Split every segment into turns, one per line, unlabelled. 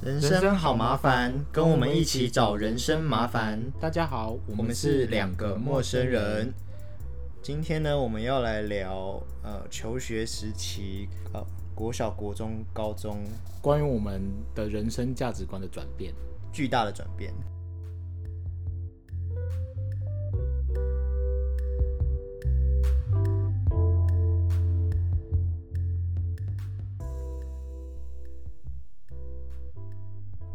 人生好麻烦，跟我们一起找人生麻烦。
大家好，
我们是两个陌生人。。今天呢，我们要来聊呃求学时期，呃国小、国中、高中
关于我们的人生价值观的转变，
巨大的转变。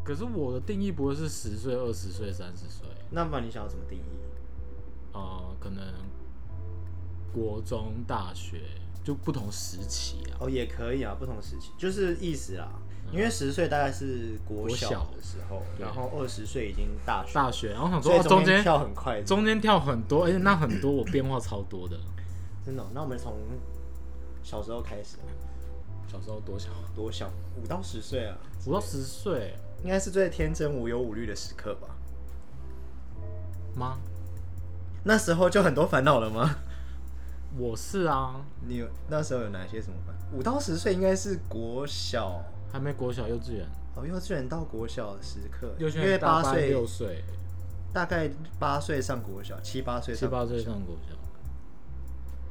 可是我的定义不会是十岁、二十岁、三十岁，
那么你想要怎么定义？
呃，可能国中、大学就不同时期啊。
哦，也可以啊，不同时期就是意思啦。因为十岁大概是嗯国小的时候，
对
然后二十岁已经大学，
大学，然后想说
所以
哦，中
间
间
跳很快，
中间跳很多，而且那很多我变化超多的。
真的哦、那我们从小时候开始啊，
小时候多小啊，
多小？五到十岁啊，
五到十岁
应该是最天真无忧无虑的时刻吧？
吗？
那时候就很多烦恼了吗？
我是啊，
你有那时候有哪些什么烦？五到十岁应该是国小，
还没国小、幼稚园，
哦，幼稚园到国小的时刻，
幼稚
因为
园大
八
班
岁
六岁，
大概八岁上国小，七八岁
七
上
八
国
岁
小，
上国小。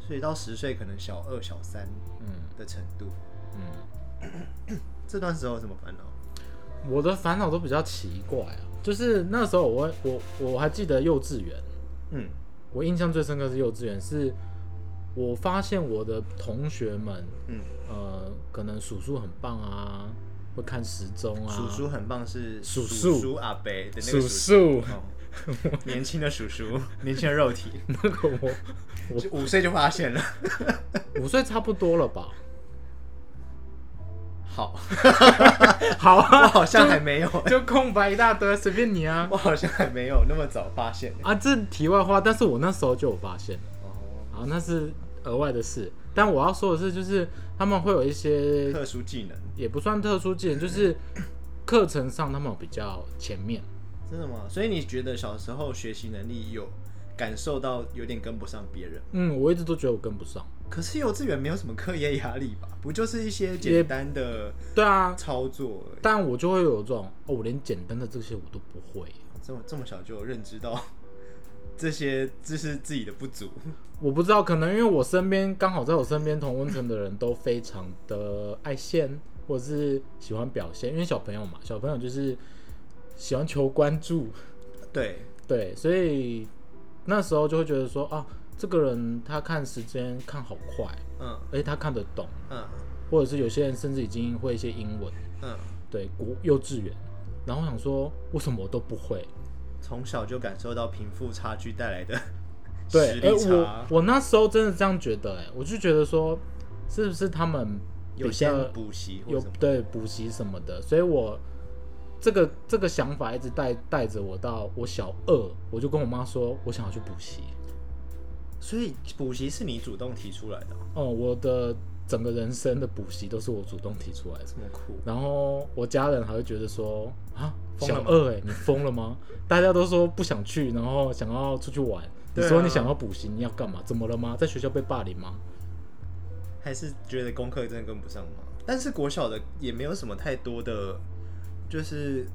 所以到十岁可能小二、小三
嗯
的程度。
嗯。
这段时候有什么烦恼？
我的烦恼都比较奇怪啊，就是那时候我会我我还记得幼稚园，
嗯，
我印象最深刻是幼稚园，是我发现我的同学们，
嗯，
呃，可能数数很棒啊，会看时钟啊，
叔叔很棒，是
叔叔
叔叔阿伯的那
数
个叔叔，
数，
哦年轻的叔叔，年轻的肉体，
那个 我
就五岁就发现了。
五岁差不多了吧？
好，
好
我
啊，
好像还没有，
就空白一大堆，随便你啊
我好像还没有那么早发现。
啊，这题外话，但是我那时候就有发现了。
哦，
啊，那是额外的事。但我要说的是，就是他们会有一些
特殊技能，
也不算特殊技能，就是课程上他们有比较前面。
真的吗？所以你觉得小时候学习能力有感受到有点跟不上别人？
嗯，我一直都觉得我跟不上。
可是幼稚园没有什么课业压力吧？不就是一些简单的
对啊，
操作而已？
但我就会有这种哦，我连简单的这些我都不会，
这么这么小就有认知到 这些，这是自己的不足。
我不知道，可能因为我身边刚好在我身边同温层的人都非常的爱现，或者是喜欢表现，因为小朋友嘛，小朋友就是喜欢求关注。
对，
对，所以那时候就会觉得说啊，这个人他看时间看好快，
嗯
而且他看得懂，
嗯
或者是有些人甚至已经会一些英文，
嗯，
对，国幼稚园。然后我想说，为什么我都不会？
从小就感受到贫富差距带来的实
对，哎、
力差
我，我那时候真的这样觉得、哎，我就觉得说，是不是他们
有
比较
些补习或
有
什么，
对补习什么的，所以我这个这个想法一直带带着我到我小二，我就跟我妈说，我想要去补习。
所以补习是你主动提出来的哦，
哦，我的整个人生的补习都是我主动提出来的，
这么酷。
然后我家人还会觉得说啊，
疯
小
了吗
二哎、你疯了吗？大家都说不想去，然后想要出去玩，你
对啊
说你想要补习，你要干嘛？怎么了吗？在学校被霸凌吗？
还是觉得功课真的跟不上吗？但是国小的也没有什么太多的，就是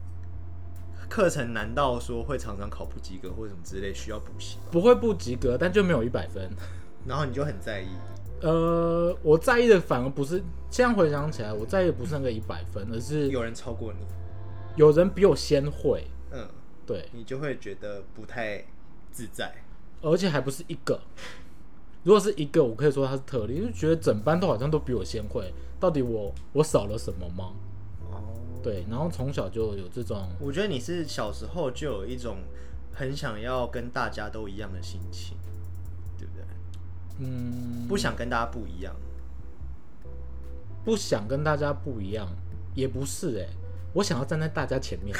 课程难到说会常常考不及格或者什么之类需要补习吧？
不会不及格，但就没有一百分。
然后你就很在意，
呃，我在意的反而不是，现在回想起来，我在意的不是那个一百分，而是
有人超过你，
有人比我先会，
嗯，
对，
你就会觉得不太自在。
而且还不是一个。如果是一个，我可以说他是特例，就觉得整班都好像都比我先会。到底我我少了什么吗？
哦，
对，然后从小就有这种，
我觉得你是小时候就有一种很想要跟大家都一样的心情，对不对？
嗯，
不想跟大家不一样，
不想跟大家不一样，也不是哎、我想要站在大家前 面。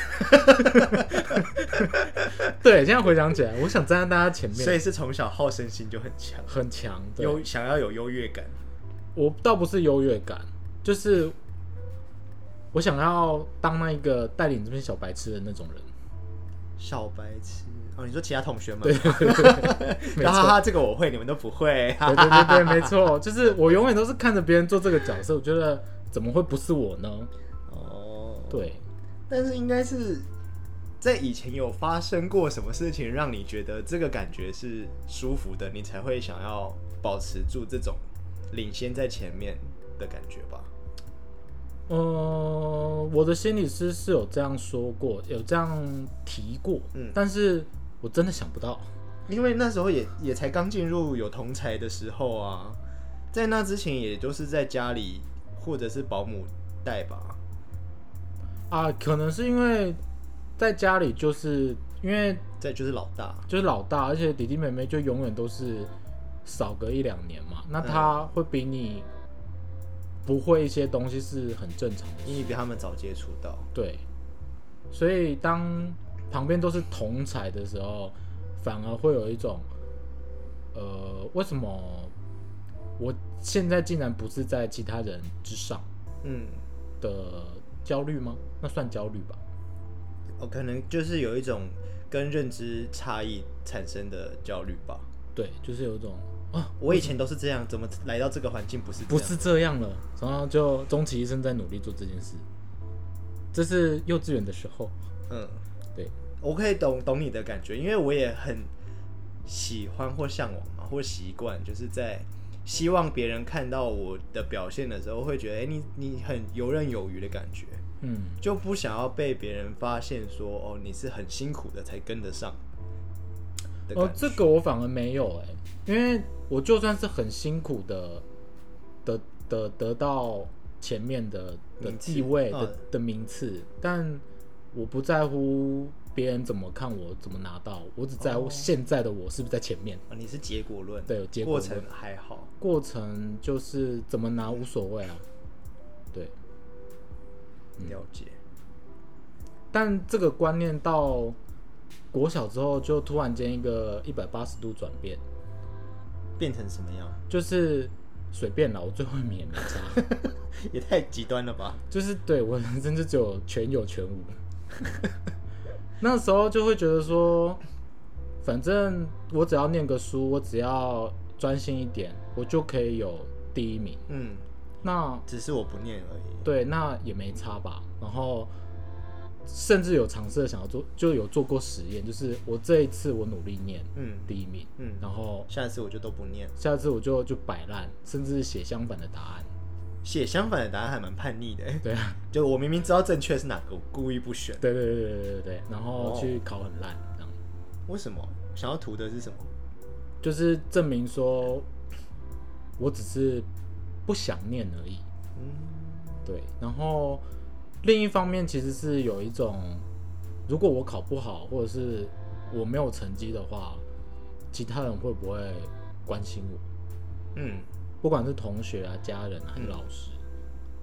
对，现在回想起来，我想站在大家前面，
所以是从小好胜心就很强，
很强。对，
优想要有优越感。
我倒不是优越感，就是我想要当那一个带领这边小白痴的那种人。
小白痴哦，你说其他同学吗？
对，没
哈哈
错，
哈，这个我会，你们都不会。 哈
对对对对，没错，就是我永远都是看着别人做这个角色，我觉得怎么会不是我呢？
哦，
对，
但是应该是在以前有发生过什么事情，让你觉得这个感觉是舒服的，你才会想要保持住这种领先在前面的感觉吧？
呃，我的心理师是有这样说过，有这样提过，
嗯
但是我真的想不到。
因为那时候也也才刚进入有同才的时候啊，在那之前也就是在家里或者是保姆带吧。
啊，可能是因为在家里，就是因为
再就是老大，
就是老大，而且弟弟妹妹就永远都是少个一两年嘛，那他会比你不会一些东西是很正常的，
因为比他们早接触到，
对。所以当旁边都是同才的时候，反而会有一种，呃，为什么我现在竟然不是在其他人之上
嗯，
的焦虑吗？那算焦虑吧。
我哦可能就是有一种跟认知差异产生的焦虑吧。
对，就是有一种啊，
我以前都是这样，怎么来到这个环境不是这
不
样？
是这样了，然后就终其一生在努力做这件事。这是幼稚园的时候，
嗯，
对，
我可以懂懂你的感觉，因为我也很喜欢或向往嘛，或习惯，就是在希望别人看到我的表现的时候，会觉得哎、诶你你很游刃有余的感觉，
嗯，
就不想要被别人发现说哦你是很辛苦的才跟得上的
哦
感，觉。
这个我反而没有哎、因为我就算是很辛苦的得得得到前面的的
名次
地位的、
嗯
的名次，但我不在乎别人怎么看我怎么拿到，我只在乎
哦
现在的我是不是在前面，
哦你是结果论，
对有结果
过
论
程还好。
过程就是怎么拿无所谓啊，对。嗯
了解，
但这个观念到国小之后，就突然间一个一百八十度转变，
变成什么样
就是随便啦，我最后一名也没差，
也太极端了吧？
就是对我人生就只有全有全无。 那时候就会觉得说，反正我只要念个书，我只要专心一点，我就可以有第一名。
嗯，
那
只是我不念而已。
对，那也没差吧。然后甚至有尝试想要做，就有做过实验，就是我这一次我努力念
嗯
第一名，
嗯，
然后
下次我就都不念了。
下次我就就摆烂，甚至写相反的答案。
写相反的答案还蛮叛逆的、 欸，
对啊，
就我明明知道正确是哪个，我故意不选。
对对对对对对对，然后
哦
去考很烂，这样
为什么？想要图的是什么？
就是证明说我只是不想念而已。
嗯，
对，然后另一方面其实是有一种，如果我考不好，或者是我没有成绩的话，其他人会不会关心我？
嗯，
不管是同学啊、家人啊，还是
嗯
老师，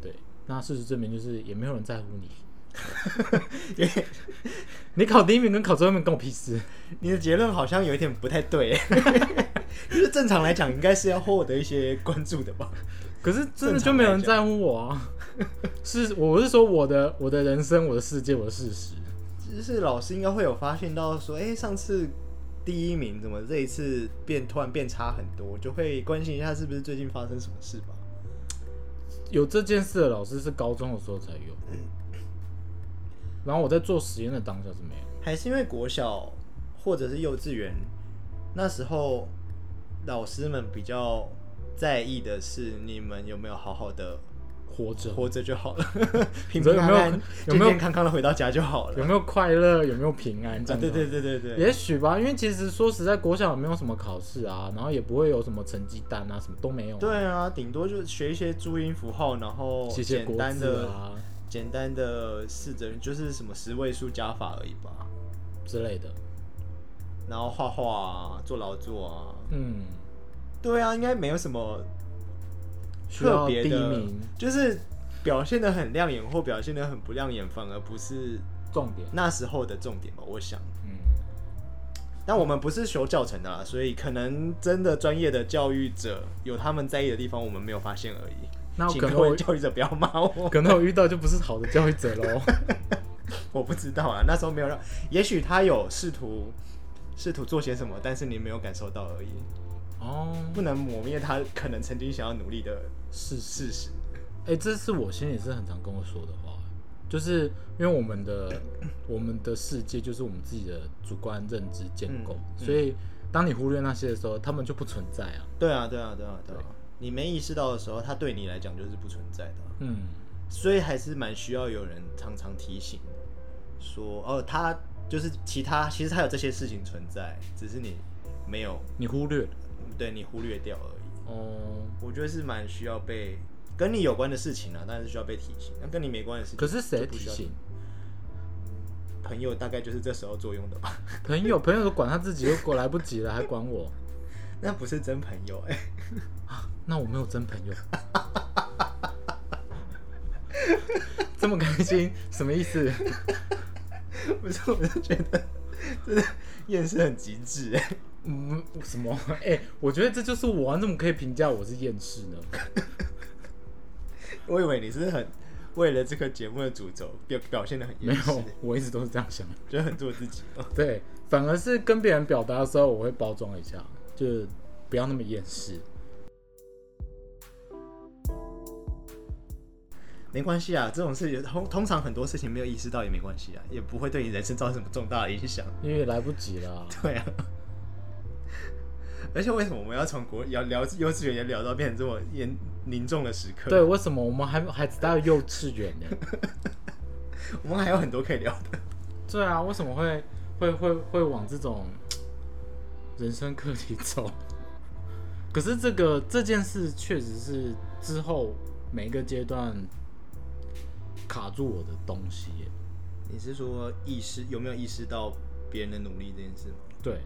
对。那事实证明就是也没有人在乎你，
因为
你考第一名跟考最后一名跟我屁事。
你的结论好像有一点不太 对、欸，就是正常来讲应该是要获得一些关注的吧？
可是真的就没有人在乎我啊。 是，我是说我的我的人生、我的世界、我的事实。
就是老师应该会有发现到说，哎、上次第一名怎么这一次变突然变差很多，就会关心一下是不是最近发生什么事吧？
有这件事的老师是高中的时候才有，然后我在做实验的当下是没有。
还是因为国小或者是幼稚园那时候，老师们比较在意的是你们有没有好好的
活着
活着就好了， 平
你
平
说有
安
没有
安、
有没有
健健康康的回到家就好了。
有没有快乐，有没有平安？这
啊，
样
对
子
对对对对，
也许吧，因为其实说实在，国小也没有什么考试啊，然后也不会有什么成绩单啊，什么都没有啊、
对啊，顶多就学一些注音符号，然后
写写
简
国
单
字
的、
啊
简单的试着就是什么十位数加法而已吧，
之类的。
然后画画啊，做劳作啊，
嗯，
对啊，应该没有什么
需
特
要
别
第一
的
名，
就是表现的很亮眼或表现的很不亮眼，反而不是
重点。
那时候的重点吧。我想，
嗯，
但我们不是修教程的啦，所以可能真的专业的教育者有他们在意的地方，我们没有发现而已。
那
请
可能
各位
我
教育者不要骂我，
可能我遇到就不是好的教育者喽。
我不知道啊，那时候没有让，也许他有试图试图做些什么，但是你没有感受到而已，
哦，
不能磨灭他可能曾经想要努力的
是是，
事实。
哎、这是我心里是很常跟我说的话，就是因为我们的我们的世界就是我们自己的主观认知建构，
嗯嗯
所以当你忽略那些的时候，他们就不存在啊。
对啊，对啊，对啊，对啊。你没意识到的时候，它对你来讲就是不存在的啊、
嗯，
所以还是蛮需要有人常常提醒，说哦，他就是其他，其实他有这些事情存在，只是你没有，
你忽略了
对你忽略掉而已。
哦。
我觉得是蛮需要被跟你有关的事情啊，当然是需要被提醒。那跟你没关的事情，
可是谁提醒？？
朋友大概就是这时候作用的吧？
朋友，朋友都管他自己，又过来不及了，还管我？
那不是真朋友哎、
那我没有真 朋友，这么开心什么意思？
不是，我是觉得真的厌世很极致哎、
嗯，什么？ 哎、我觉得这就是我、啊，你怎么可以评价我是厌世 呢？
我以为你是很为了这个节目的主轴表表现的很
没
厌世，
有，我一直都是这样想。
觉得很做自己哦。
对，反而是跟别人表达的时候，我会包装一下，就是不要那么厌世。
没关系啊，这种事情通通常很多事情没有意识到也没关系啊，也不会对你人生造成什么重大的影响。
因为来不及了 啊、
对啊， 而且为什么我们要从国要聊幼稚园也聊到变成这么严凝重的时刻？
对，，为什么我们还还只到幼稚园呢？
我们还有很多可以聊的。
对啊，为什么会会会会往这种人生课题走？ 可是这个这件事确实是之后每一个阶段卡住我的东西耶。
你是说意识有没有意识到别人的努力这件事吗？
对，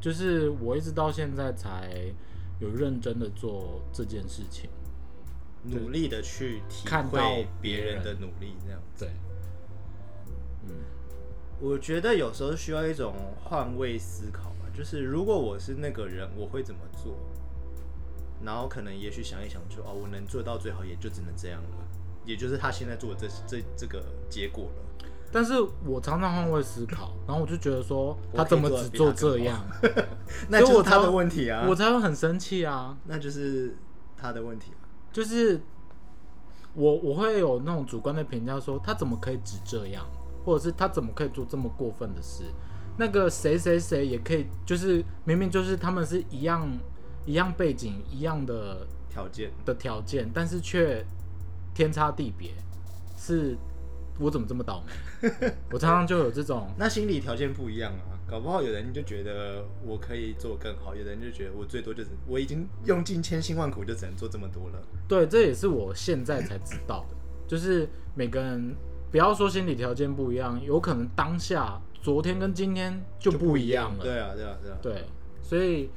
就是我一直到现在才有认真的做这件事情。
努力的去体
看到
会
别
别人
人
的努力，这样。
对，嗯，
我觉得有时候需要一种换位思考吧，就是如果我是那个人，我会怎么做？然后可能也许想一想就，哦，我能做到最好，也就只能这样了，也就是他现在做的这这这个结果 了。
但是我常常换位思考，然后我就觉得说
我
他
可以
怎么
做得
只
比
做
他更
这
好
样，
那
所以
就
我
是他
才
的问题啊，
我才会很生气啊。
那就是他的问题啊。
就是我我会有那种主观的评价说，他怎么可以只这样，或者是他怎么可以做这么过分的事？那个谁谁谁也可以，就是明明就是他们是一样一样背景一样的
条件，
的条件，但是却天差地别，是我怎么这么倒霉？ 我常常就有这种，
那心理条件不一样啊，搞不好有人就觉得我可以做更好，有人就觉得我最多就是我已经用尽千辛万苦，就只能做这么多了。
对，这也是我现在才知道的，就是每个人不要说心理条件不一样，有可能当下昨天跟今天就不一样了。
对啊，对啊，对啊，
对，所以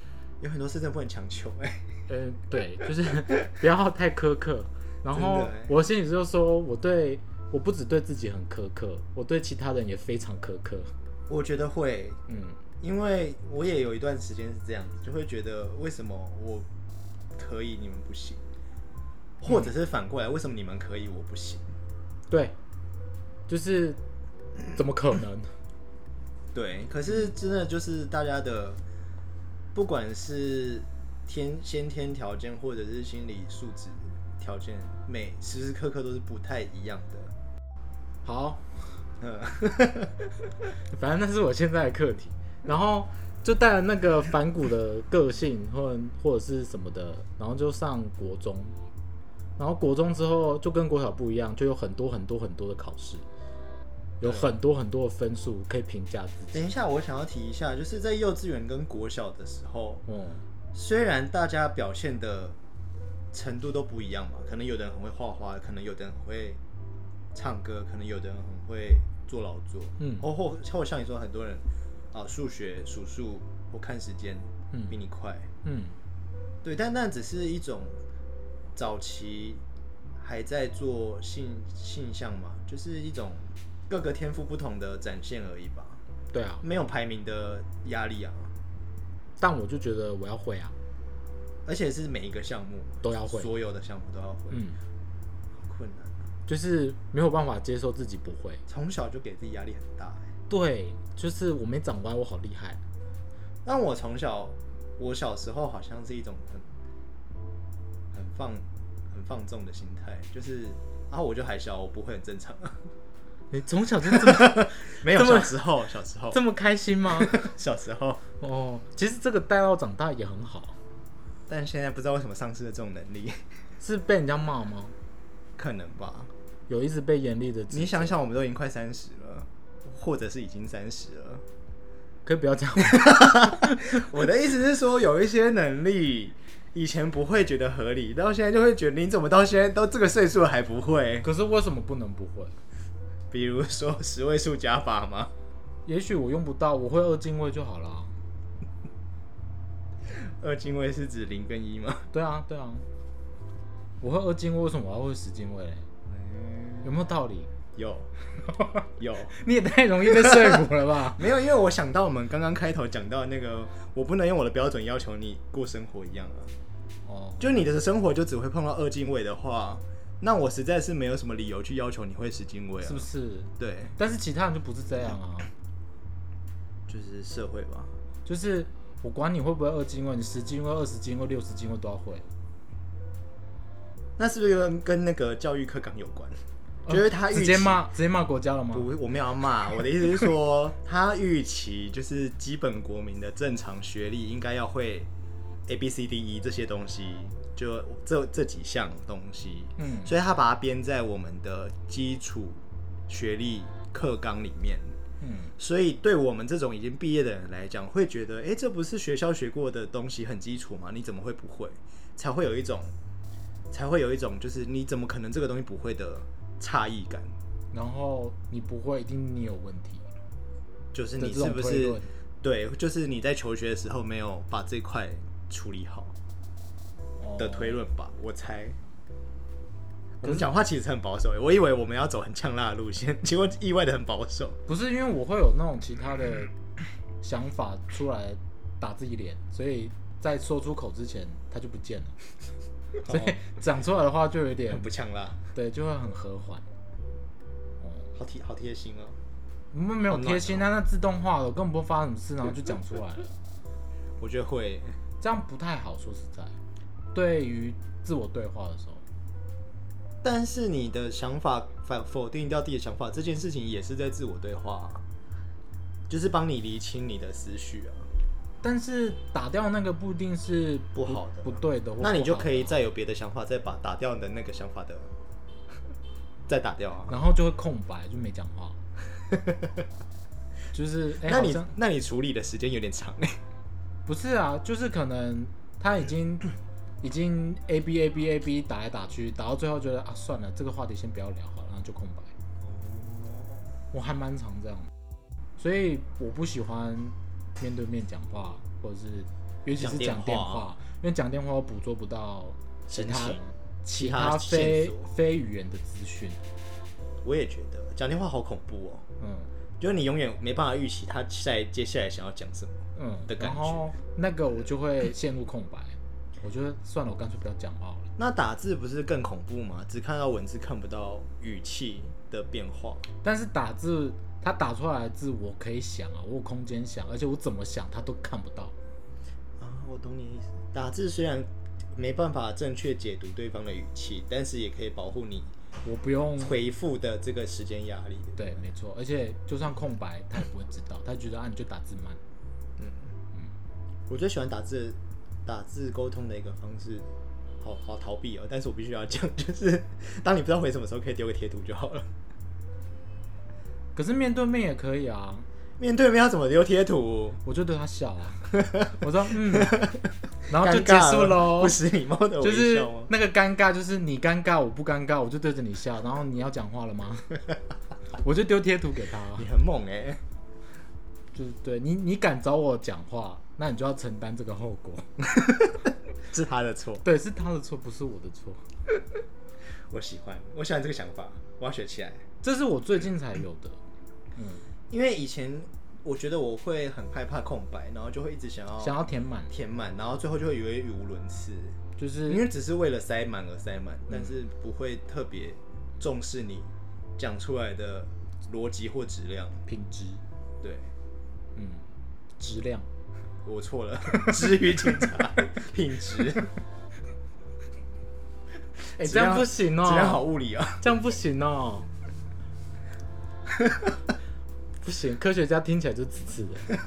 有很多事真的不能强求哎、
呃，对，就是 不要太苛刻。然后
真的欸
我心里就说，我对我不只对自己很苛刻，我对其他人也非常苛刻。
我觉得会，
嗯，
因为我也有一段时间是这样子，就会觉得为什么我可以，你们不行，或者是反过来，为什么你们可以，我不行？
对，就是怎么可 能？
对，可是真的就是大家的，不管是天先天条件，或者是心理素质条件，每时时刻刻都是不太一样的。
好，
嗯，
反正那是我现在的课题。然后就带了那个反骨的个性，或或者是什么的，然后就上国中。然后国中之后就跟国小不一样，就有很多很多很多的考试，有
对啊
很多很多的分数可以评价自己。
等一下，我想要提一下，就是在幼稚园跟国小的时候，
嗯，
虽然大家表现的程度都不一样嘛，可能有的人很会画画，可能有的人很会唱歌，可能有的人很会做劳作，
嗯
或或或像你说，很多人啊，数学、数数或看时间，
嗯
比你快，
嗯，
对，但那只是一种早期还在做性性向嘛，就是一种各个天赋不同的展现而已吧，
对啊，
没有排名的压力啊，
但我就觉得我要会啊，
而且是每一个项目
都要会
所有的项目都要会，
嗯，
好困难啊、
就是没有办法接受自己不会。
从小就给自己压力很大、欸。
对，就是我没长歪，我好厉害。
但我从小，我小时候好像是一种很很放很放纵的心态，就是然后我就还小，我不会很正常。
你从小就这 么
没有
这么
小时 候，小时候
这么开心 吗？
小时候，
哦，其实这个带到长大也很好，
但现在不知道为什么丧失了这种能力，
是被人家骂吗？
可能吧。
有一直被严厉的指
你想想，我们都已经快三十了，或者是已经三十了。
可以不要这样，
我的意思是说，有一些能力以前不会觉得合理，到现在就会觉得你怎么到现在都这个岁数了还不会？
可是为什么不能不会？
比如说 十位数加法吗？
也许我用不到，我会二进位就好啦。
二进位是指零跟一吗？
对啊，对啊，我会二进位，为什么我要会十进位嘞？有没有道理？
有有，？
你也太容易被说服了吧
没有？因为我想到我们刚刚开头讲到那个，我不能用我的标准要求你过生活一样啊。
哦，
就你的生活就只会碰到二进位的话，那我实在是没有什么理由去要求你会十进位啊。
是不是？
对，
但是其他人就不是这样啊，
就是社会吧。
就是我管你会不会二进位，你十进位、二十进位、六十进位都要会。
那是不是跟跟那个教育课纲有关？就是他预期
哦直接骂直接骂国家了吗？
不，我没有要骂，我的意思是说，他预期就是基本国民的正常学历应该要会 A B C D E 这些东西，就这这几项东西，
嗯，
所以他把它编在我们的基础学历课纲里面。
嗯，
所以对我们这种已经毕业的人来讲，会觉得，诶，这不是学校学过的东西很基础吗？你怎么会不会？才会有一种，才会有一种就是你怎么可能这个东西不会的诧异感，
然后你不会，一定你有问题。
就是
的
你
这
是
种
不
推
是
论
对，就是你在求学的时候没有把这块处理好
哦
的推？论吧，我猜。我们讲话其实很保守，欸我以为我们要走很呛辣的路线， 结果意外的很保守。
哦不是因为我会有那种其他的想法出来打自己脸，所以在说出口之前它就不见了，所以讲出来的话就有点
哦很不呛辣，
对，就会很和缓。哦，
好贴好贴心哦。
我们没有
好暖哦
贴心啊，那自动化了，根本不会发生什么事，然后就讲出 来了，
我觉得会，欸
这样不太好。说实在，对于自我对话的时候，
但是你的想法反否定掉自己的想法这件事情，也是在自我对话啊、就是帮你厘清你的思绪啊。
但是打掉那个不一定是
不好的
不对的，或
那你就
不好的
可以再有别的想法，再把打掉你的那个想法的， 再打掉啊。
然后就会空白，就没讲话。 就是，哎、
那
好
你
像
那你处理的时间有点长哎、
不是啊，就是可能他已经 已经 A B A B A B 打来打去，打到最后觉得啊，算了，这个话题先不要聊好了，然后就空白。
哦
我还蛮常这样，所以我不喜欢面对面讲话，或者是尤其是讲
讲
电
电
话
话，啊
因为讲电话我捕捉不到其
神
他
情
其
其他
他
线
非
索
非语言的资讯。
我也觉得讲电话好恐怖哦，
嗯
就是你永远没办法预期他下一接下来想要讲什么。
嗯
的感
然
觉
后那个我就会陷入空白，我觉得算了，我干脆不要讲话好了。
那打字不是更恐怖吗？只看到文字，看不到语气的变化。
但是打字，他打出来的字我可以想啊，我有空间想，而且我怎么想他都看不到。
啊，我懂你的意思。打字虽然没办法正确解读对方的语气，但是也可以保护你
我不用
回复的这个时间压力。
对，没错，而且就算空白，他也不会知道，他觉得啊你就打字慢。
嗯，我最喜欢打字打字沟通的一个方式，好好逃避哦。但是我必须要讲， 就是当你不知道回什么时候，可以丢个贴图就好了。
可是面对面也可以啊，
面对面要怎么丢贴图？
我就对他笑 啊，我说嗯，然后就
尴
结
尬
束
了
喽
不。失礼貌的
就
微
是
笑吗？
那个尴尬，就是你尴尬，我不尴尬，我就对着你笑，然后你要讲话 了吗？我就丢贴图给他、啊
你很猛哎、
就是对你，你敢找我讲话，那你就要承担这个后果。
是他的错。
对，是他的错，不是我的错。
我喜欢，我喜欢这个想法，我要学起来。
这是我最近才有的。嗯，
因为以前我觉得我会很害怕空白，然后就会一直想要
想要填满，
填满，然后最后就会以为语无伦次，
就是
因为只是为了塞满而塞满，但是不会特别重视你讲出来的逻辑或质量。
品质，
对
嗯，质量。
我错 了，至于警察品质。
哎、
质
这
量
样不行哦、
质量好物理啊，
这样不行哦、 不行，科学家听起来就刺刺的。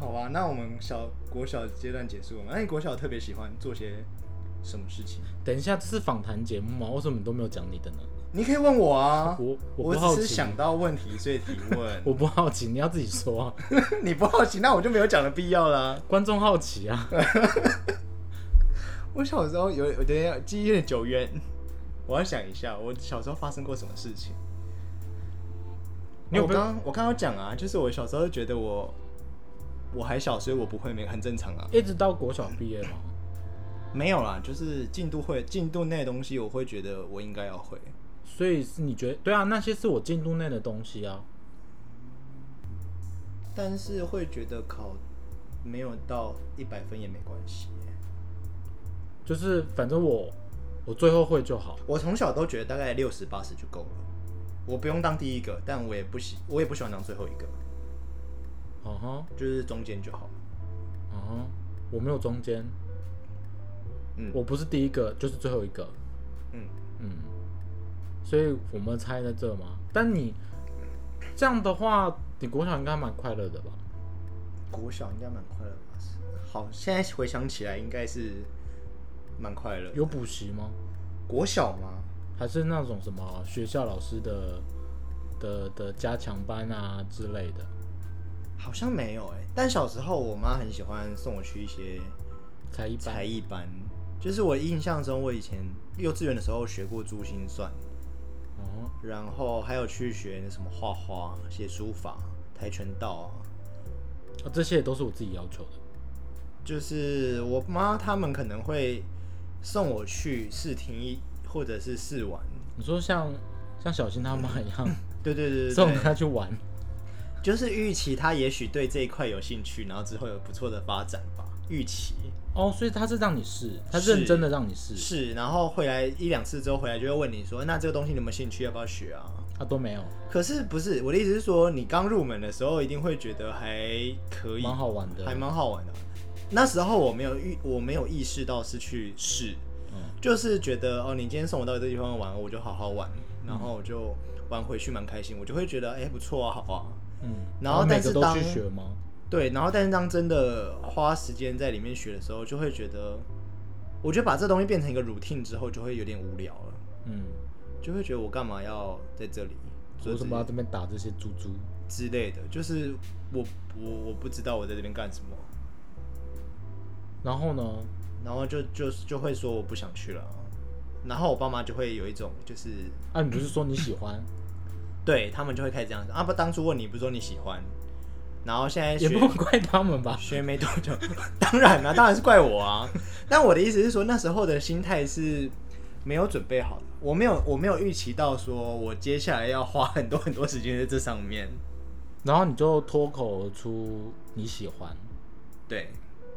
好吧，那我们小国小阶段结束了嘛，那你国小特别喜欢做些什么事情？
等一下，这是访谈节目吗？为什么你都没有讲你的呢？
你可以问我啊，
我我
我
不好
只是
奇
想到问题所以提问，
我不好奇，你要自己说、啊。
你不好奇，那我就没有讲的必要啦。
观众好奇啊，
我小时候有，我等一下记忆有点久远，我要想一下，我小时候发生过什么事情。
你有
我
被
刚我刚刚讲啊，就是我小时候觉得我我还小，所以我不会美，很正常啊。
一直到国小毕业吗？
没有啦，就是进度会进度内的东西，我会觉得我应该要会。
所以是你觉得对啊？那些是我进度内的东西啊。
但是会觉得考没有到一百分也没关系耶。
就是反正我我最后会就好。
我从小都觉得大概六十八十就够了，我不用当第一个，但我也不喜我也不喜欢当最后一个，
嗯哼，
就是中间就好了。
嗯哼，我没有中间，
嗯
我不是第一个，就是最后一个。
嗯，
嗯，所以我们猜在这吗？但你这样的话，你国小应该蛮快乐的吧？
国小应该蛮快乐吧？是好，现在回想起来应该是蛮快乐。
有补习吗？
国小吗？
还是那种什么学校老师的的的加强班啊之类的？
好像没有哎、但小时候我妈很喜欢送我去一些
才一班
才艺班，就是我印象中我以前幼稚园的时候学过珠心算，
哦，
然后还有去学那什么画画、写书法、跆拳道啊。
啊这些也都是我自己要求的。
就是我妈他们可能会送我去试听一或者是试玩。
你说像像小新他妈一样，
对对对对
送
对，
他去玩，
就是预期她也许对这一块有兴趣，然后之后有不错的发展吧。预期
哦，所以他是让你试，他
是
认真的让你试，
是，然后回来一两次之后回来就会问你说，那这个东西你有没有兴趣，要不要学啊？
他都没有，
可是不是我的意思是说，你刚入门的时候一定会觉得还可以，
蛮好玩的，
还蛮好玩的。那时候我没有意，我没有意识到是去试，
嗯
就是觉得哦，你今天送我到这地方玩，我就好好玩，然后我就玩回去蛮开心，我就会觉得哎、不错啊，好啊。
嗯，
然后
每
但
个
是
都
当
去学吗？
对，然后但是当真的花时间在里面学的时候，就会觉得，我觉得把这东西变成一个 routine 之后，就会有点无聊了，
嗯，
就会觉得我干嘛要在这里，
为
做
什么要这边打这些猪猪？
之类的，就是我我我不知道我在这边干什么，
然后呢？
然后就就就会说我不想去了啊，然后我爸妈就会有一种就是
啊，你不是说你喜欢，
嗯对他们就会开始这样子啊，不当初问你不是说你喜欢，然后现在
也
学
不能怪他们吧？
学没多久， 当然啦、当然是怪我啊。但我的意思是说，那时候的心态是没有准备好的，我没有我没有预期到说我接下来要花很多很多时间在这上面。
然后你就脱口而出你喜欢，
对，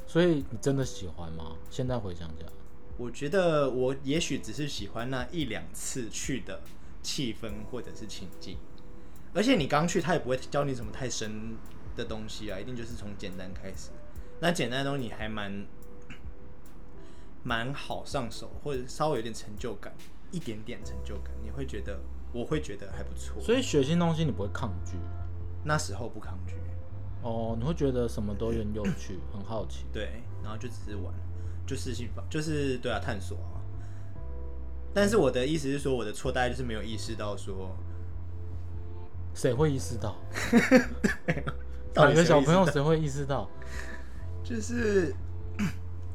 所以你真的喜欢吗？现在回想起来，
我觉得我也许只是喜欢那一两次去的气氛或者是情境，而且你刚去他也不会教你什么太深的东西啊，一定就是从简单开始。那简单的东西你还蛮 蛮好上手，或者稍微有点成就感，一点点成就感，你会觉得我会觉得还不错。
所以学新东西你不会抗拒
那时候不抗拒，
哦，你会觉得什么都很有趣，很好奇。
对，然后就只是玩，就是兴奋，就是对啊，探索啊。但是我的意思是说，我的错大概就是没有意识到说。
谁会意识 到？
到啊
哪
底谁
个小
会意识
朋友谁会意识到？
就是，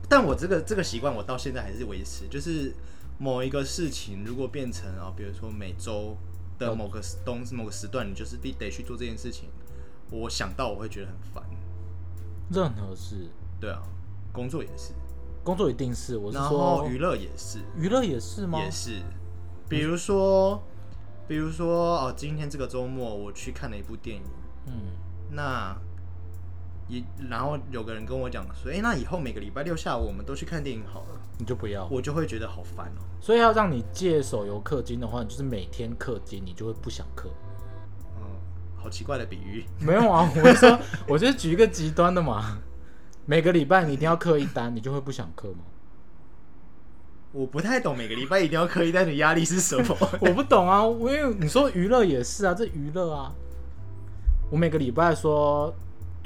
但我这个这个习惯我到现在还是维持，就是某一个事情如果变成啊、比如说每周的某个时东某个时段，你就是必得去做这件事情，我想到我会觉得很烦，
任何事，
对啊，工作也是，
工作一定是，我是
然
说
后娱乐也是，
娱乐也是吗？
也是，比如说，比如说哦，今天这个周末我去看了一部电影，
嗯，
那也然后有个人跟我讲说，哎、那以后每个礼拜六下午我们都去看电影好了。
你就不要。
我就会觉得好烦哦、
所以要让你戒手游氪金的话，你就是每天氪金，你就会不想氪。
嗯，好奇怪的比喻。
没有啊，我是说，我就是举一个极端的嘛。每个礼拜你一定要氪一单，你就会不想氪吗？
我不太懂每个礼拜一定要刻意带的压力是什么。
我不懂啊，我因为你说娱乐也是啊，这娱乐啊，我每个礼拜说，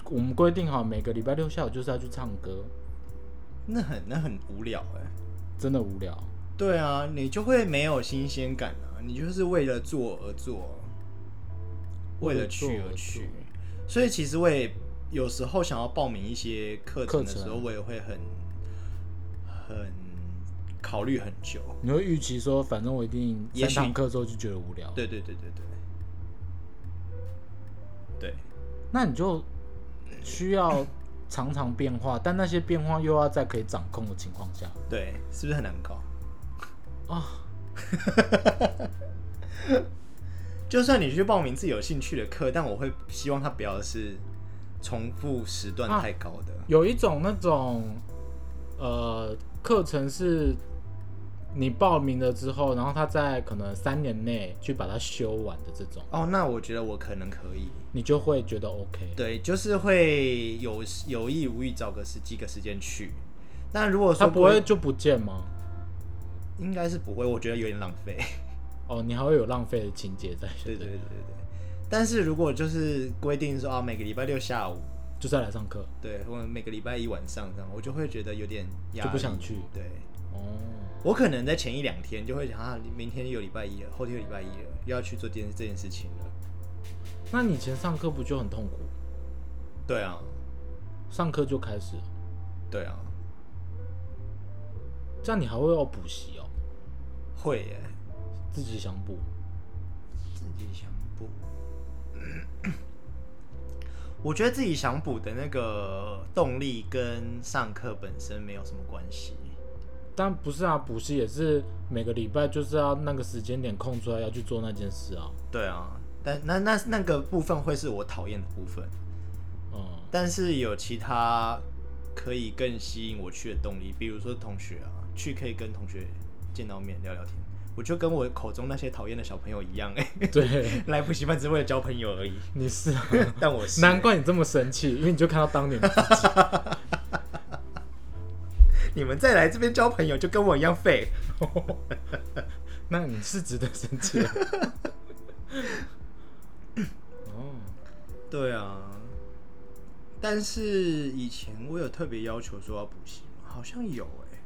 我们规定好每个礼拜六下午就是要去唱歌，
那很那很无聊哎、
真的无聊。
对啊，你就会没有新鲜感啊，你就是为了做而做，为了去而去。所以其实我也有时候想要报名一些课程的时
课
候，
程
我也会很很考虑很久。
你会预期说，反正我一定
也
三
许
堂课之后就觉得无聊，
对对对对对，对，
那你就需要常常变化，但那些变化又要在可以掌控的情况下
对，是不是很难搞？
啊。
就算你去报名自己有兴趣的课，但我会希望它不要是重复时段
啊
太高的。
有一种那种呃课程是你报名了之后，然后他在可能三年内去把它修完的这种，
哦，那我觉得我可能可以。
你就会觉得 OK。
对，就是会有有意无意找个时机个时间去。那如果
他
说
不会，就不见吗？
应该是不会，我觉得有点浪费。
哦，你还会有浪费的情节在，
对对对对对。但是如果就是规定说啊，每个礼拜六下午，
就再来上课
对，或者每个礼拜一晚上这样，我就会觉得有点压
就
力。
不想去
对，
哦。
我可能在前一两天就会想啊，明天有礼拜一了，后天有礼拜一了，又要去做这件这件事情了。
那你以前上课不就很痛苦？
对啊，
上课就开始了，
对啊，
这样你还会要补习哦，
会耶，
自己想补。
自己想补。我觉得自己想补的那个动力跟上课本身没有什么关系。
但不是啊，补习也是每个礼拜就是要那个时间点空出来要去做那件事啊。
对啊，但那那那个部分会是我讨厌的部分，
嗯，
但是有其他可以更吸引我去的动力，比如说同学啊，去可以跟同学见到面聊聊天。我就跟我口中那些讨厌的小朋友一样、 哎，
对，
来补习班只是为了交朋友 而已。
你是、啊，
但我是
难怪你这么生气，因为你就看到当年的自己。
你们再来这边交朋友，就跟我一样废。
那你是值得生气的。哦，
对啊，但是以前我有特别要求说要补习吗？好像有哎、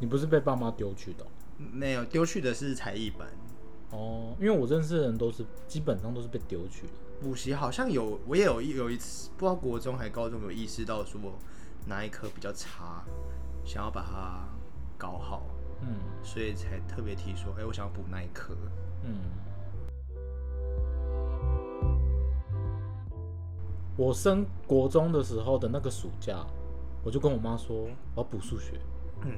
你不是被爸妈丢去的哦
没有丢去的是才艺班，
哦，因为我认识的人都是基本上都是被丢去的。
补习好像有，我也有一有一次，不知道国中还高中有意识到说哪一科比较差，想要把它搞好，
嗯
所以才特别提说，哎、我想要补那一科。
嗯，我升国中的时候的那个暑假，我就跟我妈说我要补数学，
嗯，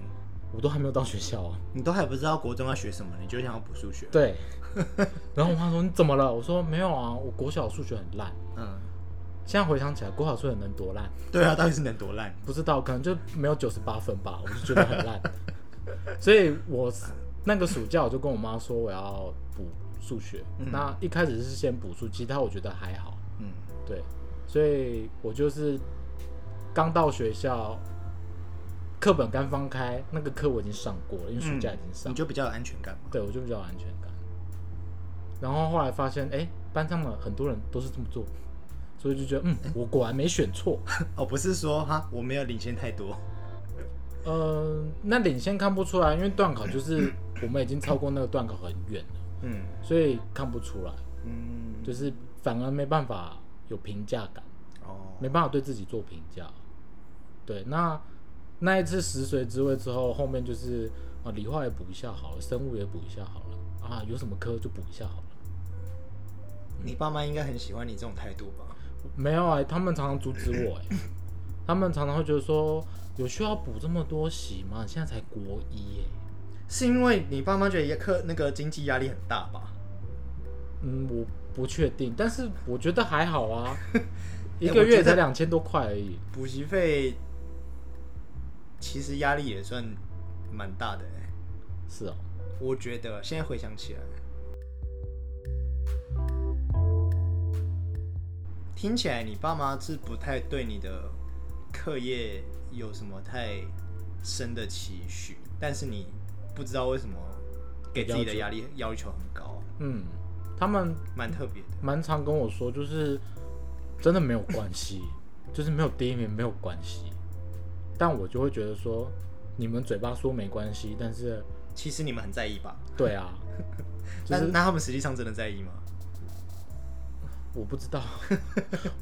我都还没有到学校啊。
你都还不知道国中要学什么，你就想要补数学？，
对，然后我妈说你怎么了？我说没有啊，我国小数学很烂。
嗯，
现在回想起来，国小数学能多烂？
对啊，到底是能多烂？
不知道，可能就没有九十八分吧，我就觉得很烂。所以我那个暑假我就跟我妈说我要补数学，
嗯
那一开始是先补数，其他我觉得还好。
嗯，
对，所以我就是刚到学校，课本刚翻开，那个课我已经上过了，因为暑假已经上
嗯你，就比较有安全感嘛。
对我就比较有安全感。然后后来发现，哎、班上的很多人都是这么做，所以就觉得，嗯，我果然没选错。
哦，不是说哈，我没有领先太多。
呃，那领先看不出来，因为段考就是我们已经超过那个段考很远了，
嗯
所以看不出来，
嗯，
就是反而没办法有评价感，
哦，
没办法对自己做评价。对，那那一次食髓知味之后，后面就是啊，理化也补一下好了，生物也补一下好了，啊，有什么科就补一下好了。
你爸妈应该很喜欢你这种态度吧？
没有啊、他们常常阻止我、哎，他们常常会觉得说，有需要补这么多习吗？你现在才国一、哎。
是因为你爸妈觉得课那个经济压力很大吧？
嗯，我不确定，但是我觉得还 好啊，一
哎我
个
觉
月才
得
两千多块而已。
补习费其实压力也算蛮大的、欸，
是哦，
我觉得现在回想起来，听起来你爸妈是不太对你的课业有什么太深的期许，但是你不知道为什么给自己的
要求
压力要求很高，
嗯，他们
蛮特别的。
蛮常跟我说，就是真的没有关系，就是没有第一名没有关系。但我就会觉得说，你们嘴巴说没关系，但是
其实你们很在意吧？
对啊，就
那
是
那他们实际上真的在意吗？
我不知道，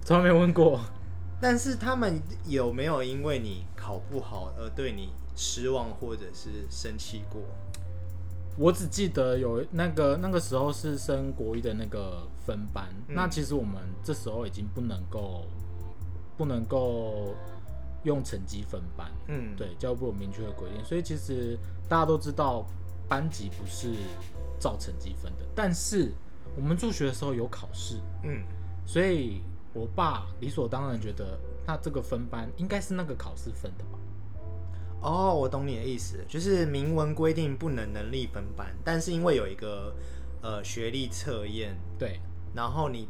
从来没问过。
但是他们有没有因为你考不好而对你失望或者是生气过？
我只记得有那个那个时候是升国一的那个分班，
嗯
那其实我们这时候已经不能够不能够用成绩分班，
嗯，，
对教育部有明确的规定，所以其实大家都知道班级不是照成绩分的，但是我们入学的时候有考试，
嗯，
所以我爸理所当然觉得那这个分班应该是那个考试分的吧，
哦，我懂你的意思，就是明文规定不能能力分班，但是因为有一个呃学历测验，
对，
然后你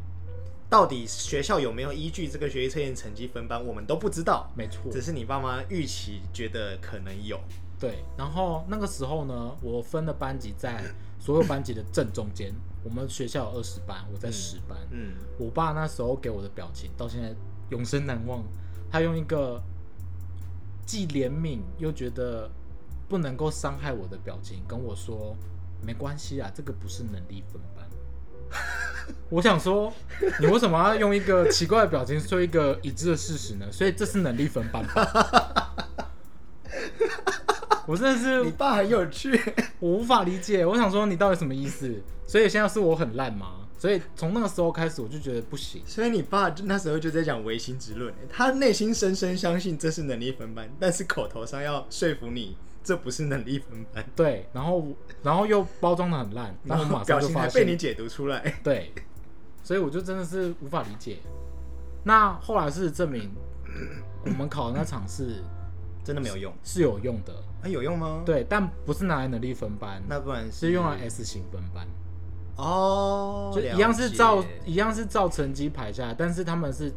到底学校有没有依据这个学历测验成绩分班，我们都不知道，
没错，
只是你爸妈预期觉得可能有。
对，然后那个时候呢，我分的班级在所有班级的正中间。我们学校有二十班，我在十班。
嗯，
我爸那时候给我的表情到现在永生难忘，他用一个既怜悯又觉得不能够伤害我的表情跟我说：“没关系啊，这个不是能力分班。” 我想说，你为什么要用一个奇怪的表情说一个已知的事实呢？所以这是能力分班吧？ 我真的是
你爸很有趣。
我无法理解，我想说你到底什么意思？所以现在是我很烂吗？所以从那个时候开始，我就觉得不行。
所以你爸就那时候就在讲唯心之论，欸他内心深深相信这是能力分班，但是口头上要说服你这不是能力分班，
对，然后然后又包装的很烂，
然
然后我
后
马上
表
就
情
发
还被
现，
你解读出来。
对，所以我就真的是无法理解。那后来事实 证明，我们考的那场试
真的没有用？
是有用的，
啊，有用吗？，
对，但不是拿来能力分班，
那不然
是用来 S 型分班，
嗯哦，
就一样是照一样是照成绩排下来，但是他们是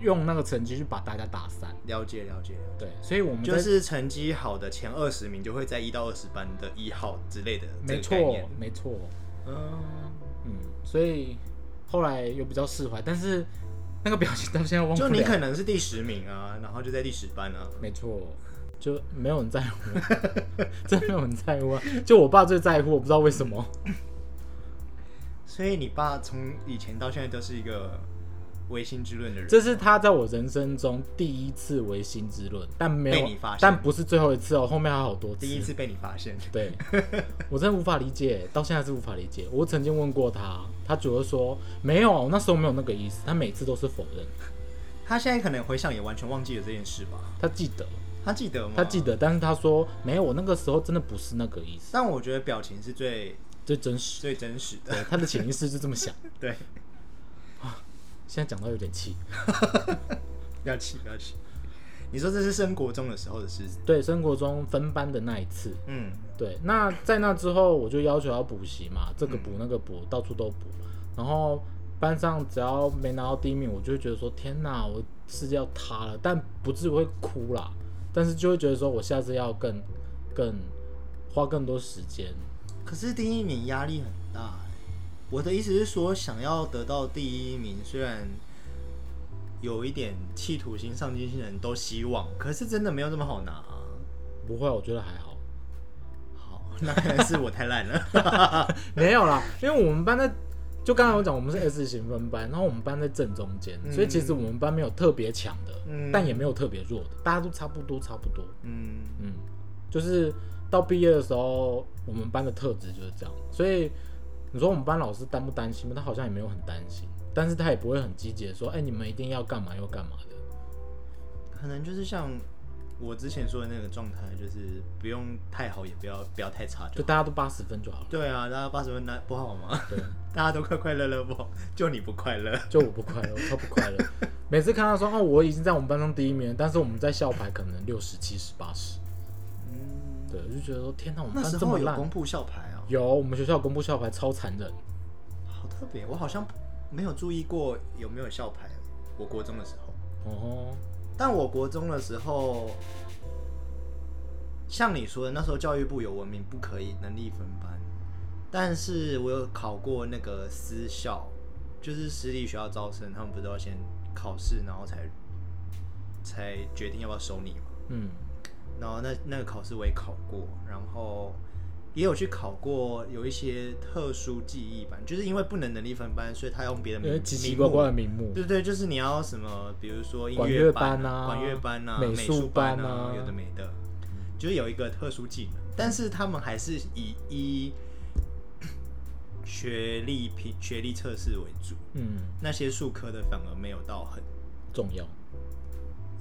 用那个成绩去把大家打散。
了解了解，了
对，所以我们
解
在
就是成绩好的前二十名就会在一到二十班的一号之类的这
没
个
错
概念，，
没错，
嗯。
嗯，所以后来又比较释怀，但是那个表情到现在忘不
就
了。
你可能是第十名啊，然后就在第十班啊。
没错，就没有人在乎，真的没有人在乎啊！就我爸最在乎，我不知道为 什么。
所以你爸从以前到现在都是一个唯心之论的人。
这是他在我人生中第一次违心之论，但没
被
有
你发现，
但不是最后一次哦，后面还有好多次。
第一次被你发现，
对， 我真的无法理解，到现在还是无法理解。我曾经问过他，他只会说没有，啊我那时候没有那个意思，他每次都是否认，
他现在可能回想也完全忘记了这件事吧？
他记得。
他记得吗？
他记。得，但是他说没有，我那个时候真的不是那个意思，
但我觉得表情是最
最真实。
最真实的。
对，他的潜意识就这么想。
对，
现在讲到有点气。
不要气，不要气。你说这是升国中的时候的事？
对，生活中分班的那一次，
嗯，
对，那在那之后我就要求要补习嘛，这个补那个补，到处都补。然后班上只要没拿到第一名，我就会觉得说天哪，我世界要塌了，但不至于会哭啦，但是就会觉得说我下次要更更花更多时间。
可是第一名压力很大欸、我的意思是说，想要得到第一名，虽然有一点企图心、上进心的人都希望，可是真的没有这么好拿、
不会啊，我觉得还好。
好，那可能是我太烂了。
没有啦，因为我们班在就刚才我讲，我们是 S 型分班，然后我们班在正中间，
嗯
所以其实我们班没有特别强的，
嗯
但也没有特别弱的，大家都差不多，差不多。
嗯，
嗯，就是到毕业的时候，我们班的特质就是这样。所以你说我们班老师担不担心吗？他好像也没有很担心，但是他也不会很积极的说，哎、你们一定要干嘛又干嘛的。
可能就是像我之前说的那个状态，就是不用太好，也不要不要太差就
就
好。
大家都八十分就好了。
对啊，大家八十分那不好吗？
对，
大家都快快乐乐不好，就你不快乐。
就我不快乐，我超不快 乐。每次看到说哦，我已经在我们班上第一名了，但是我们在校排可能六十、七十、八十，
嗯，
对，我就觉得说天哪，我们
那
班
时
这么
候有
烂
公。布校牌啊，
有，我们学校公布校牌超残忍，
好特别。我好像没有注意过有没有校牌。我国中的时候，
哦吼，
但我国中的时候像你说的，那时候教育部有文明不可以能力分班，但是我有考过那个私校，就是私立学校招生，他们不是都要先考试，然后才才决定要不要收你嘛。
嗯，
然后那那个考试我也考过，然后也有去考过有一些特殊记忆班，就是因为不能能力分班，所以他用别的
因为
名
奇奇
名
怪
目
怪的名目，
对对，就是你要什么，比如说音
管
乐
乐
班
班啊
管乐班啊、
美
美
术
术
班
啊
啊，
有的没的，就是有一个特殊技能，但是他们还是以一学历评学历测试为主，
嗯，
那些数科的反而没有到很，
重要，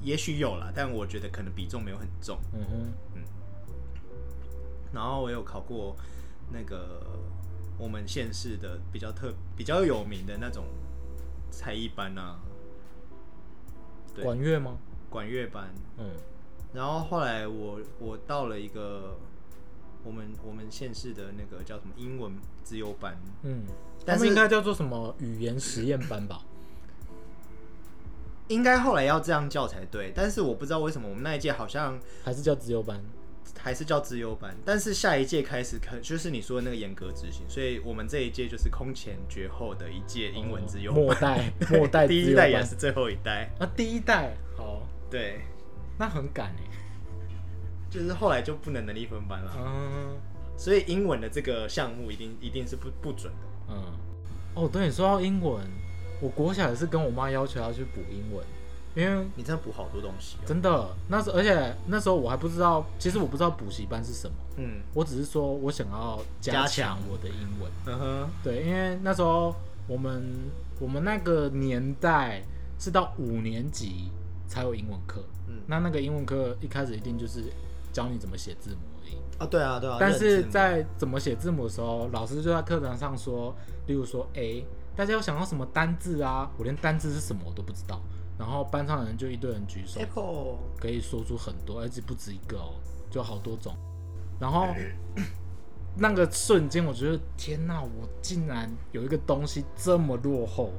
也许有啦，但我觉得可能比重没有很重。
嗯哼，
然后我有考过那个我们县市的比较特比较有名的那种才艺班啊，对
管乐吗？
管乐班，
嗯，
然后后来我我到了一个我们我们县市的那个叫什么英文自由班，
嗯，
但
他
是
们应该叫做什么语言实验 班吧？
应该后来要这样叫才对，但是我不知道为什么我们那一届好像
还是叫自由班？
还是叫自由班，但是下一届开始可就是你说的那个严格执行，所以我们这一届就是空前绝后的一届英文自由
哦
班，
末 代，末代
第
自
一
由
代也
班
是最后一代，
啊，第一代，好，
对，
那很赶哎、
就是后来就不能能力分班了，
嗯
所以英文的这个项目一定一定是不不准的，
嗯，哦，对，你说到英文，我国小也是跟我妈要求要去补英文，因为
你真的补好多东西、哦，
真的那时候，而且那时候我还不知道，其实我不知道补习班是什么，
嗯
我只是说我想要
加
加强
强
我的英文。
嗯哼，
对，因为那时候我们我们那个年代是到五年级才有英文课，
嗯。
那那个英文课一开始一定就是教你怎么写字母而已。
啊，对啊，对啊。
但
认
是
知嘛
在怎么写字母的时候，老师就在课堂上说，例如说 A，大家有想到什么单字啊？我连单字是什么我都不知道。然后班上的人就一堆人举
哎
手，
Apple，
可以说出很多，而且不止一个哦，就好多种。然后
哎
那个瞬间，我觉得天哪，我竟然有一个东西这么落后，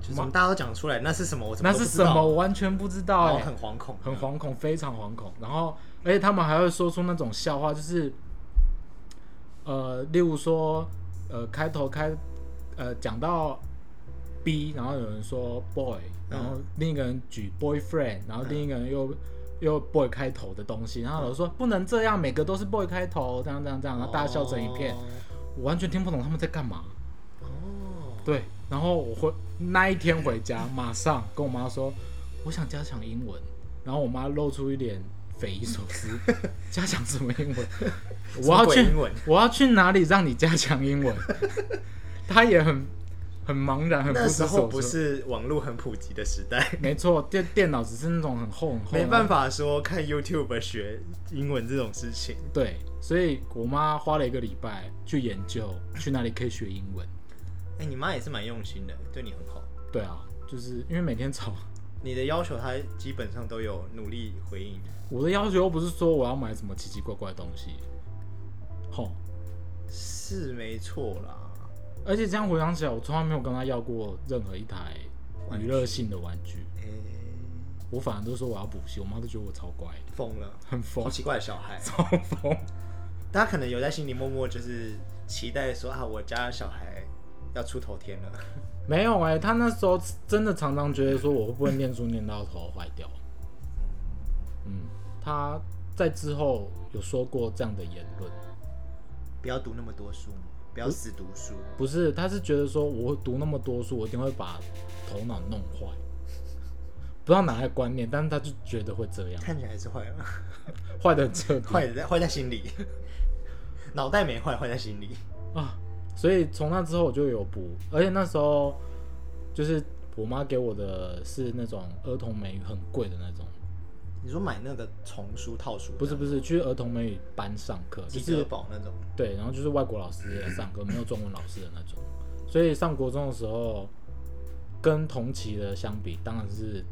就是我们大家都讲出来，那是什么？我怎么
那
都
是
不知
什
道
么？？我完全不知道
然
哎、
后很惶恐，
很惶恐，非常惶恐。然后，而且他们还会说出那种笑话，就是，呃，例如说，呃，开头开，呃，讲到 B，然后有人说 boy，然
嗯
后另一个人举 boyfriend，然后另一个人又、又 boy 开头的东西，然后老师
哦
说、不能这样，每个都是 boy 开头，这样这样这样，然后大家笑成一片，我完全听不懂他们在干嘛。
哦。
对，然后我回那一天回家，马上跟我妈说，我想加强英文，然后我妈露出一脸匪夷所 思，加强什么英文？
什
我
么
要
鬼
去
英文，
我要去哪里让你加强英文？ 她也很很茫然， 很不
那时
知
候
所
不
措。
是网络很普及的时 代，
没错，电电脑只是那种很厚很厚，
没
法。
办法说看 YouTube 学英文这种事情。
对，所以我妈花了一个礼拜去研究去哪里可以学英文。
哎，你妈也是蛮用心的，对你很好。
对啊，就是因为每天吵。
你的要求她基本上都有努力回应，
我的要求又不是说我要买什么奇奇怪怪的东西，吼，
是没错啦。
而且这样回想起来，我从来没有跟他要过任何一台
玩具
娱乐性的玩具，
哎，
我反而都说我要补习，我妈都觉得我超乖，
疯了，
很
好
疯，
奇怪的小孩。
超 疯。
大家可能有在心里默默就是期待说啊，我家小孩要出头天了。
没有哎、他那时候真的常常觉得说我会不会念书念到头坏掉，嗯，他在之后有说过这样的言论，
不要读那么多书嘛，不要死读书。
不是，他是觉得说我读那么多书，我一定会把头脑弄坏，不知道哪来的观念，但是他就觉得会这样，
看起来还是坏了，
坏的很彻底，
坏在坏在心里， 脑袋没坏，坏在心里。
啊，所以从那之后我就有补，而且那时候就是我妈给我的是那种儿童美语很贵的那种，
你说买那个丛书套书，
不是不是去儿童美语班上课，就
吉德
是
堡那种，
对，然后就是外国老师也上课，没有中文老师的那种，所以上国中的时候跟同期的相比，当然是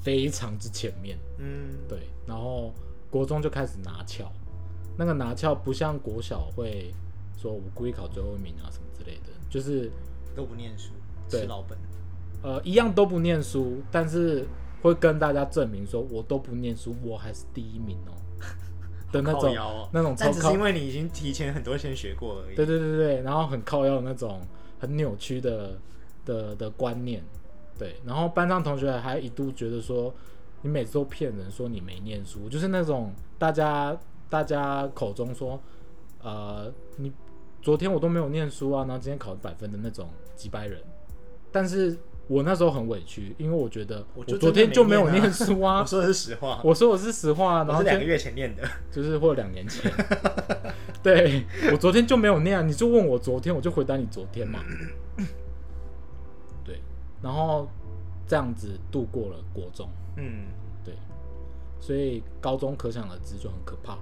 非常之前面。
嗯，
对，然后国中就开始拿翘，那个拿翘不像国小会说我故意考最后一名啊什么之类的，就是
都不念书，
对
吃老本。
呃一样都不念书，但是会跟大家证明说我都不念书，我还是第一名哦。的那
靠
种
腰哦，
那种超
但只是
靠
因，为你已经提前很多先学过而已。
对对对对对，然后很靠腰的那种很扭曲的的的观念，对，然后班上同学还一度觉得说你每次都骗人，说你没念书，就是那种大家大家口中说，呃，你昨天我都没有念书啊，然后今天考百分的那种几百人，但是我那时候很委屈，因为我觉得
我就
昨
真
天
的
就
没
没有
念啊
念 书
我
啊，
说的是实话，
我说我是实话，啊然
我
后
是
今
两
天
个月前念的。
就是或两年前， 对我昨天就没有那样，你就问我昨天，我就回答你昨天嘛。对，然后这样子度过了国中，
嗯，
对，所以高中可想而知就很可怕。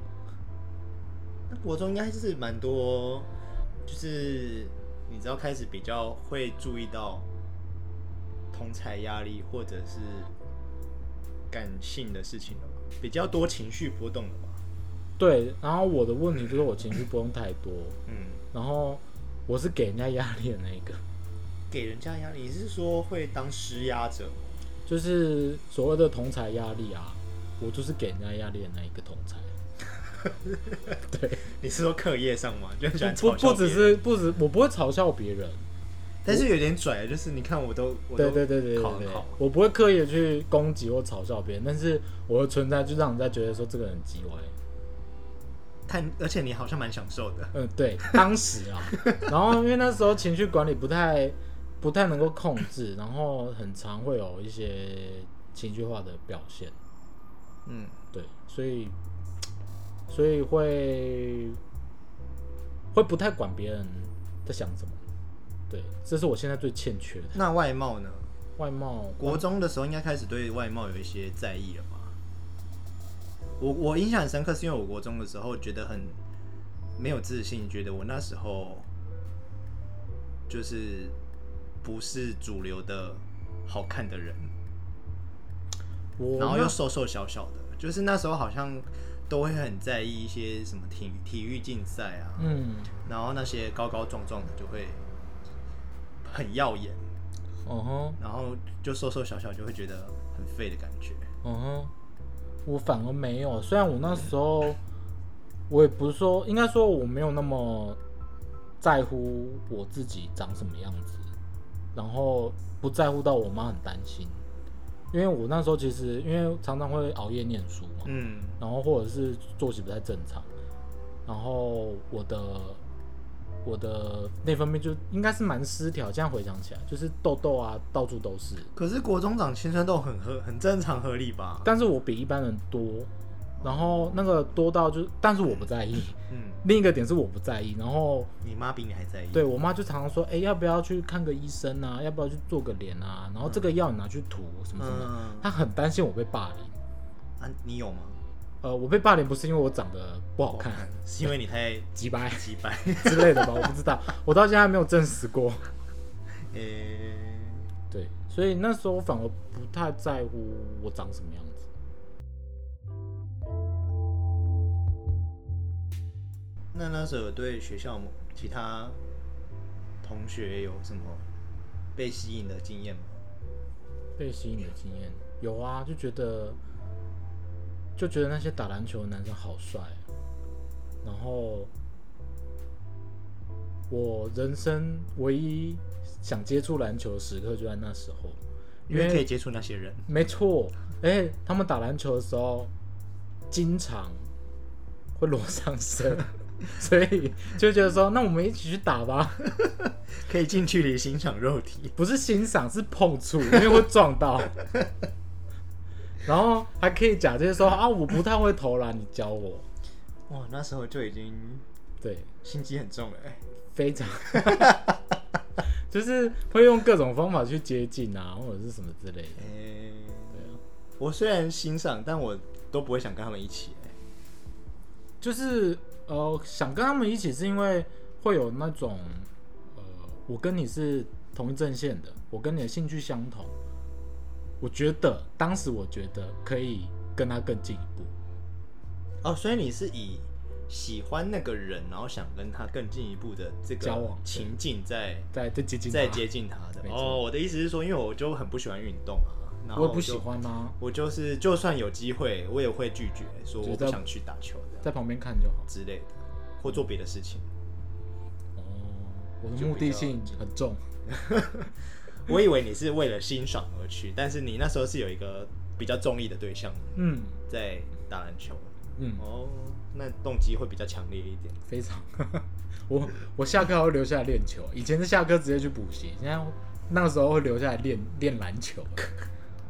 那国中应该是蛮多，就是你知道开始比较会注意到同才压力或者是感性的事情了吧，比较多情绪波动了吧。
对，然后我的问题就是我情绪不用太多，
嗯，
然后我是给人家压力的那一个，
给人家压力，你是说会当施压者吗？
就是所谓的同才压力啊，我就是给人家压力的那一个同才。对，
你是说课业上吗？就很喜欢
不
嘲笑
不只
别人
是不止，我不会嘲笑别人，
但是有点拽，啊就是你看我都我
对
都
对对对对
考很
对
好，
我不会刻意的去攻击或嘲笑别人，但是我的存在就让人家觉得说这个人极歪。
但而且你好像蛮享受的，
嗯，对，当时啊，然后因为那时候情绪管理不太不太能够控制，然后很常会有一些情绪化的表现，
嗯，
对，所以所以会会不太管别人在想什么，对，这是我现在最欠缺的
那外貌呢？
外貌。
国中的时候应该开始对外貌有一些在意了吧？我我印象很深刻，是因为我国中的时候觉得很没有自信，觉得我那时候就是不是主流的好看的人，
我
然后
那
又瘦瘦小小的，就是那时候好像都会很在意一些什么体体育竞赛啊，
嗯，
然后那些高高壮壮的就会很耀眼，
哦吼。
然后就瘦瘦小小就会觉得很废的感觉。
嗯哼，我反而没有。虽然我那时候，我也不是说，应该说我没有那么在乎我自己长什么样子，然后不在乎到我妈很担心，因为我那时候其实因为常常会熬夜念书嘛，
嗯，
然后或者是作息不太正常，然后我的我的内分泌就应该是蛮失调。现在回想起来，就是痘痘啊，到处都是。
可是国中长青春痘很合很正常合理吧？
但是我比一般人多，然后那个多到就是，但是我不在意。
嗯，
另一个点是我不在意，然后
你妈比你还在意。
对我妈就常常说，哎、要不要去看个医生啊？要不要去做个脸啊？然后这个药你拿去涂什么什么的，
嗯，
她很担心我被霸凌。
啊，你有吗？
呃，我被霸凌不是因为我长得不好看，
是因为你太
几白
鸡掰。
之类的吧？我不知道，我到现在还没有证实过。
呃、
对，所以那时候我反而不太在乎我长什么样子。
那那时候有对学校某其他同学有什么被吸引的经验吗？
被吸引的经验有啊，就觉得就觉得那些打篮球的男生好帅，啊然后我人生唯一想接触篮球的时刻就在那时候，
因为可以接触那些 人。
没错，而且他们打篮球的时候经常会裸上身， 所以就觉得说，那我们一起去打吧。
可以近距离欣赏肉体。
不是欣赏，是碰触，因为会 撞到。然后还可以假借说啊，我不太会投篮，你教我。
哇，那时候就已经
对，
心机很重了、欸。
非常， 就是会用各种方法去接近啊，或者是什么之类的。
欸我虽然欣赏，但我都不会想跟他们一起、欸。
就是呃，想跟他们一起，是因为会有那种呃，我跟你是同一阵线的，我跟你的兴趣相同，我觉得当时我觉得可以跟他更进一步。
哦，所以你是以喜欢那个人，然后想跟他更进一步的这
交
个
往对
情境在
再再接近他，
在接近他的
没。错
哦，我的意思是说，因为我就很不喜欢运动啊，然后
我也不
就
喜欢啊，
我就是就算有机会，我也会拒绝，说
就是
我不
在
想去打球这样
在旁边看就好。
之类的，或做别的事情。
哦，我的目的性很重，
我以为你是为了欣赏而去，但是你那时候是有一个比较中意的对象
嗯
在打篮球。
嗯，
哦，那动机会比较强烈一点。
非常。 我我下课还会留下来练球，以前是下课直接去补习，现在那个时候会留下来练练 篮球。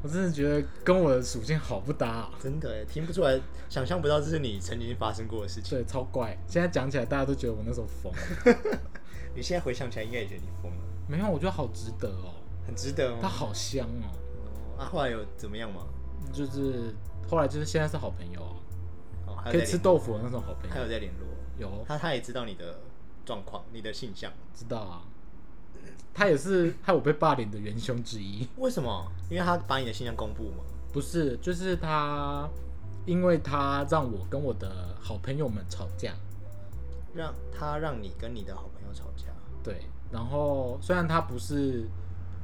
我真的觉得跟我的属性好不搭、啊，
真的耶，听不出来，想象不到这是你曾经发生过的事情。
对，超怪。现在讲起来，大家都觉得我那时候 疯，
你现在回想起来，应该也觉得你疯了，
没有，我觉得好值得哦，
很值得
它
哦。
好香哦。
哦啊，后来有怎么样吗？
就是后来就是现在是好朋友啊，
哦，还
可
有
以
在
吃
联，
豆腐的那种好朋
还
友。
有在联络。
有
他他也知道你的状况，你的性向。
知道啊，他也是害我被霸凌的元凶之一。
为什么？因为他把你的性向公布嘛。
不是，就是他，因为他让我跟我的好朋友们吵架。
让他让你跟你的好朋友吵架，
对，然后虽然他不是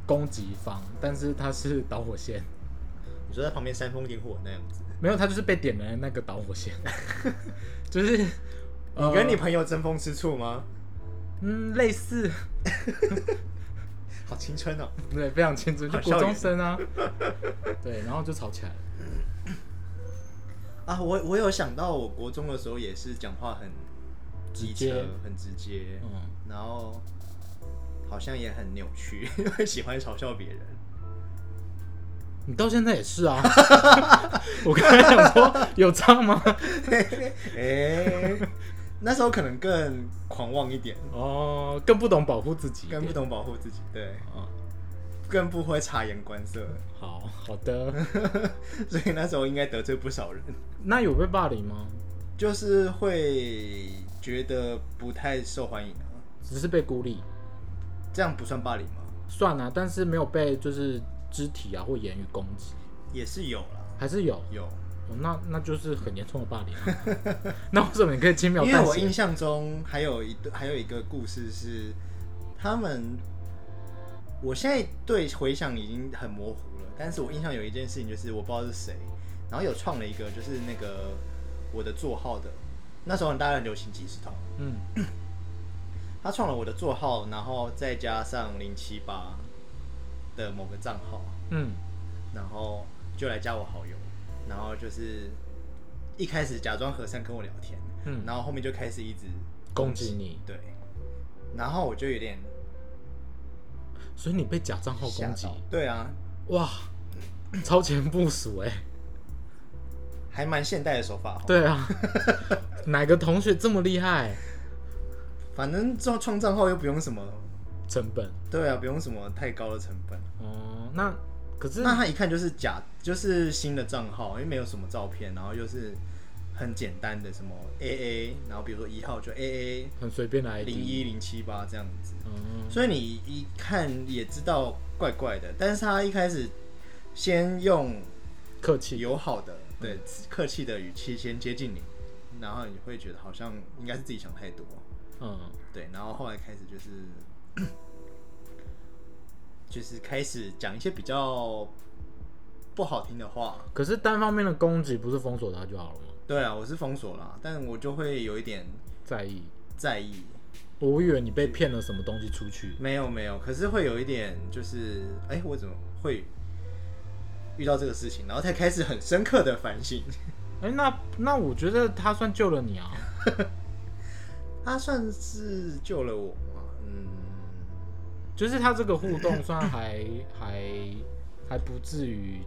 攻击方，但是他是导火线。
你说在旁边煽风点火那样子，
没有，他就是被点燃的那个导火线， 就是呃
你跟你朋友争风吃醋吗？
嗯类似，
好青春哦！
对，非常清楚，就
好
国
校
中
园
生啊，对，然后就吵起来了。
啊，我我有想到，我国中的时候也是讲话很
直
机
接
车很直接，
嗯，
然后好像也很扭曲，因为喜欢嘲笑别人。
你到现在也是啊。 我刚才想说有差吗？
哎、 那时候可能更狂妄一点，
哦，更不懂保护自己一点，
更不懂保护自己，对，
啊。
更不会察言观色，
好哦好的，
所以那时候应该得罪不少人，
那有被霸凌吗？
就是会觉得不太受欢迎啊。
只是被孤立，
这样不算霸凌吗？
算啊，但是没有被就是肢体啊或言语攻击，
也是有啦，
还是有。
有，
哦、那那就是很严重的霸凌、啊。 那为什么你可以轻描
因为
淡
我
写
印？象中还有一对，还有一个故事是他们，我现在对回想已经很模糊了，但是我印象有一件事情就是我不知道是谁，然后有创了一个就是那个我的座号的，那时候很大家很流行即时通，
嗯，
他创了我的座号，然后再加上零七八的某个账号，
嗯，
然后就来加我好友，然后就是一开始假装和善跟我聊天，
嗯
然后后面就开始一直
攻击你，
对，然后我就有点
所以你被假账号
吓
攻击
到，，对啊，
哇，超前部署哎、
还蛮现代的手法，，哦
对 啊，哪个同学这么厉害？
反正创创账号又不用什么，
成本
对啊，不用什么太高的成本，
哦，那可是
那他一看就是假，就是新的账号，因为没有什么照片，然后又是很简单的什么 AA，然后比如说一号就 AA
很随便的 ID，
零一零七八这样子，
嗯，
所以你一看也知道怪怪的，但是他一开始先用
客气，
友好的、对客气的语气先接近你，然后你会觉得好像应该是自己想太多，
嗯，
对，然后后来开始就是 就是开始讲一些比较不好听的话。
可是单方面的攻击不是封锁他就好了吗？
对啊，我是封锁啦，但我就会有一点
在意，
在意。
我以为你被骗了什么东西出去，
没有没有，可是会有一点就是，哎、我怎么会遇到这个事情？然后才开始很深刻的反省。
哎、那那我觉得他算救了你啊，
他算是救了我嘛，嗯，
就是他这个互动算还还还不至于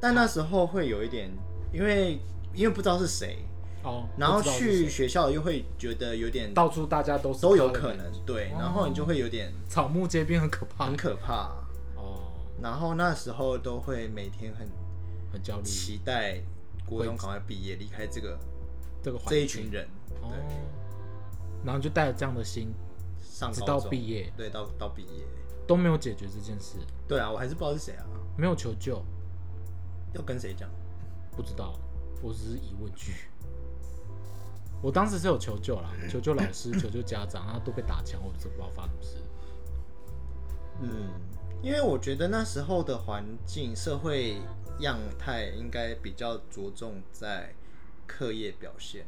但那时候会有一点，因为因为不知道是谁，
哦，
然后
不知道是
去
谁
学校又会觉得有点
到处大家都是
都有
他的
可
人
能，对，
哦
然后你就会有点
草木皆兵很可怕
很可怕，
哦，
然后那时候都会每天很
很焦虑
期待国中
会
赶快毕业，离开这个
这个环
这
境
一群人，
哦
对，，
然后就带着这样的心
上
直
高
到
中
毕业
对，到到毕业，
都没有解决这件事，
对啊，我还是不知道是谁啊，
没有求救，
要跟谁讲？
不知道，我只是疑问句。我当时是有求救啦，
嗯
求救老师，求救家长，然后都被打枪，我不知道发生什么事。
嗯，因为我觉得那时候的环境、社会样态应该比较着重在课业表现。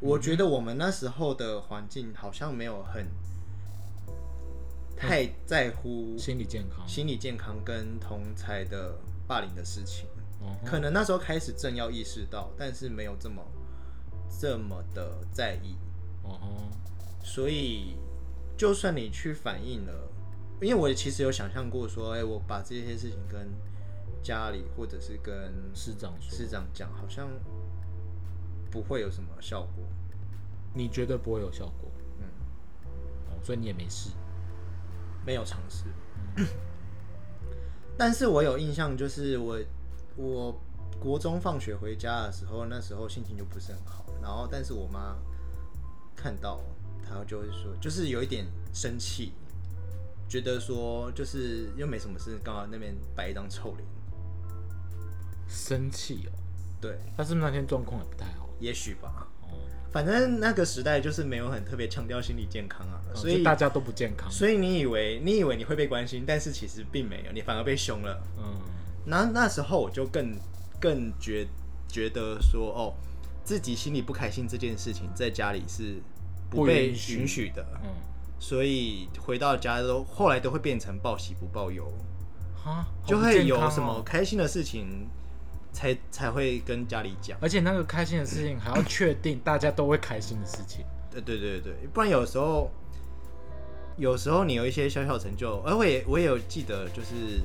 我觉得我们那时候的环境好像没有很太在乎
心理健康，
心理健康跟同才的霸凌的事情，
哦，
可能那时候开始正要意识到，但是没有这么这么的在意。
哦吼，
所以，就算你去反映了，因为我其实有想象过说，哎、我把这些事情跟家里或者是跟
师长说，
市长讲，好像不会有什么效果。
你觉得不会有效果，
嗯，
哦，所以你也没事，
没有尝试。 但是我有印象，就是我我国中放学回家的时候，那时候心情就不是很好，然后但是我妈看到，她就会说，就是有一点生气，觉得说就是又没什么事，刚好那边摆一张臭脸，
生气哦，
对，
他是不是那天状况也不太好？
也许吧。
哦，
反正那个时代就是没有很特别强调心理健康啊，
哦
所
就
以
大家都不健康，
所以你以为你以为你会被关心，但是其实并没有，你反而被凶了。
嗯，
那那时候我就更更觉觉得说，哦，自己心里不开心这件事情，在家里是不
不
被
允许
允许的，
嗯，
所以回到家都后来都会变成报喜不报忧，
哈，好
就
不
会
健
有
康
什么
哦，
开心的事情才才会跟家里讲。
而且那个开心的事情还要确定大家都会开心的事情，
呃对对对对，不然有时候有时候你有一些小小成就，呃而我也我也有记得就是。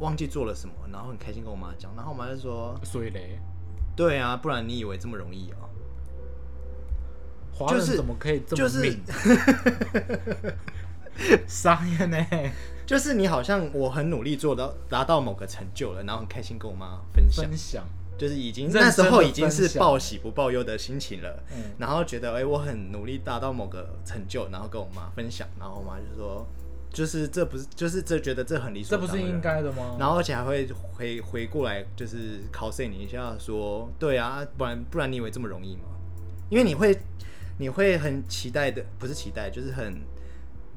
忘记做了什么，然后很开心跟我妈讲，然后我妈就说
所以嘞，：“
对啊，不然你以为这么容易哦、
华
就
人
是
怎么可以这
就
么
是
命？ 商业呢？
就是你好像我很努力做到达到某个成就了，然后很开心跟我妈分享，
分享，
就是已经
认真地
那时候已经
分
是
享
报喜不报忧的心情了，
嗯，
然后觉得哎、诶我很努力达到某个成就，然后跟我妈分享，然后我妈就说，就是这不是就是这觉得这很理所
这
当
不
然，
是应该的吗？
然后而且还会回回过来就是考 o 你一下说，对啊，不然不然你以为这么容易吗？因为你会你会很期待的，不是期待，就是很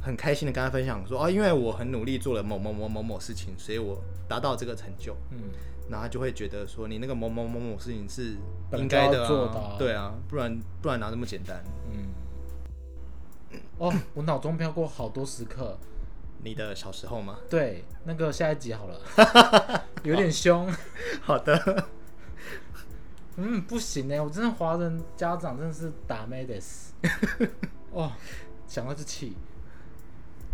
很开心的跟他分享说，哦，因为我很努力做了某某某某某事情，所以我达到这个成就，
嗯，
然后他就会觉得说你那个某某某某事情是
本来
应该
就
的、
要
啊，
做的啊
对啊，不然不然哪那么简单？
嗯，哦，我脑中飘过好多时刻。
你的小时候吗？
对，那个下一集好了，有点凶。
好的，
嗯，不行呢，我真的华人家长真的是打妹的 死。哦，想到就气。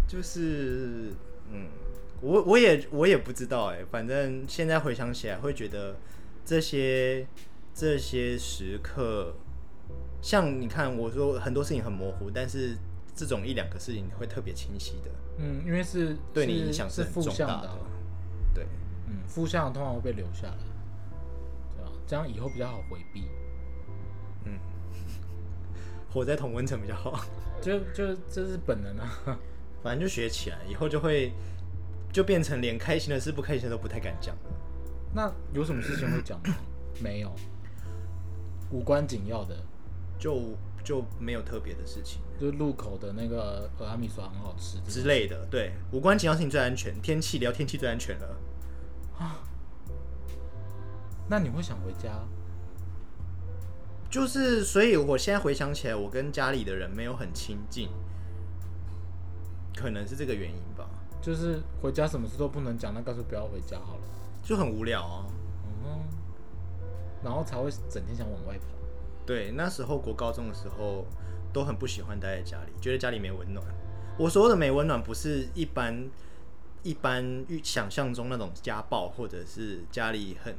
就是，嗯，我我也我也不知道哎、反正现在回想起来，会觉得这些这些时刻，像你看我说很多事情很模糊，但是这种一两个事情你会特别清晰的，
嗯，因为是
对你
是
影响
是
很
负
重
向
大
的啊，
对，
嗯，负向的通常会被留下来，对吧？这样以后比较好回避。
嗯，活在同温层比较好，
就就这是本能啊。
反正就学起来，以后就会就变成连开心的事、不开心的都不太敢讲了。
那有什么事情会讲 吗？没有，无关紧要的，
就就没有特别的事情
就是路口的那个俄阿米索很好吃
之类的，对，无关紧要事情最安全，天气聊天气最安全了。
啊。那你会想回家？
就是，所以我现在回想起来，我跟家里的人没有很亲近，可能是这个原因吧，
就是回家什么事都不能讲，那干脆不要回家好了。
就很无聊啊。
嗯，然后才会整天想往外跑。
对，那时候国高中的时候都很不喜欢待在家里，觉得家里没温暖。我所有的没温暖，不是一般一般预想象中那种家暴，或者是家里很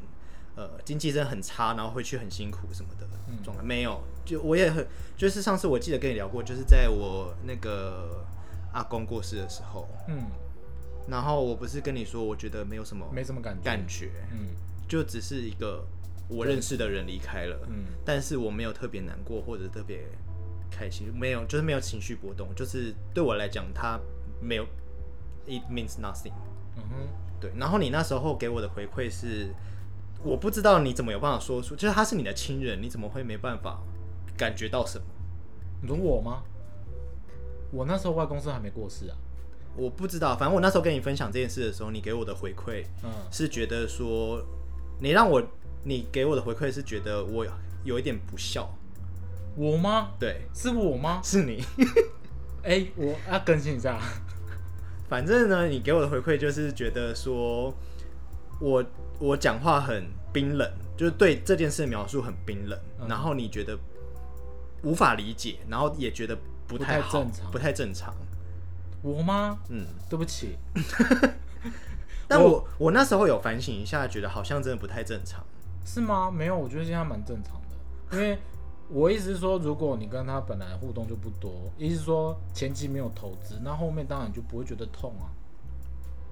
呃经济真的很差，然后回去很辛苦什么的
嗯
状态。没有，就我也很就是上次我记得跟你聊过，就是在我那个阿公过世的时候，
嗯，
然后我不是跟你说，我觉得没有什么
没什么感觉。
感觉，
嗯
就只是一个我认识的人离开了。
嗯，
但是我没有特别难过或者特别开心，没有，就是没有情绪波动，就是对我来讲，它没有，it means nothing。
嗯哼，
对，然后你那时候给我的回馈是，我不知道你怎么有办法说出，就是他是你的亲人，你怎么会没办法感觉到什么？
你说我吗？我那时候外公是还没过世啊。
我不知道，反正我那时候跟你分享这件事的时候，你给我的回馈
嗯，
是觉得说，你让我，你给我的回馈是觉得我有一点不孝，
我吗？
对，
是我吗？
是你。
哎、我要更新一下。
反正呢，你给我的回馈就是觉得说我我讲话很冰冷，就是对这件事描述很冰冷，
嗯
然后你觉得无法理解，然后也觉得不太好，
不太正常
不太正常
我吗？
嗯，
对不起，
但我我那时候有反省一下，觉得好像真的不太正常。
是吗？没有，我觉得现在蛮正常的，因为我意思是说，如果你跟他本来互动就不多，意思是说前期没有投资，那后面当然就不会觉得痛啊。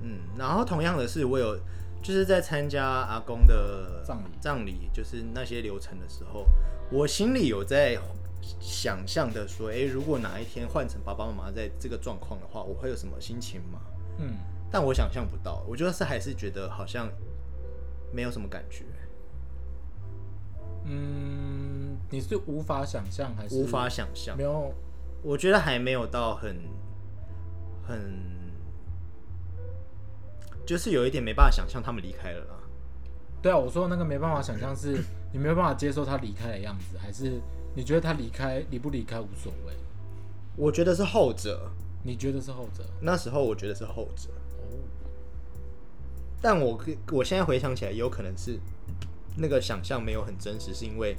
嗯，然后同样的是，我有就是在参加阿公的
葬礼
葬礼就是那些流程的时候，我心里有在想象的说，诶，如果哪一天换成爸爸妈妈在这个状况的话，我会有什么心情吗？
嗯，
但我想象不到，我就是还是觉得好像没有什么感觉，
嗯，你是无法想象还是
无法想象
没。有？
我觉得还没有到很很，就是有一点没办法想象他们离开了啦。
对啊，我说的那个没办法想象是你没有办法接受他离开的样子，还是你觉得他离开离不离开无所谓？
我觉得是后者，
你觉得是后者？
那时候我觉得是后者。
哦，
但我可我现在回想起来，也有可能是那个想象没有很真实，是因为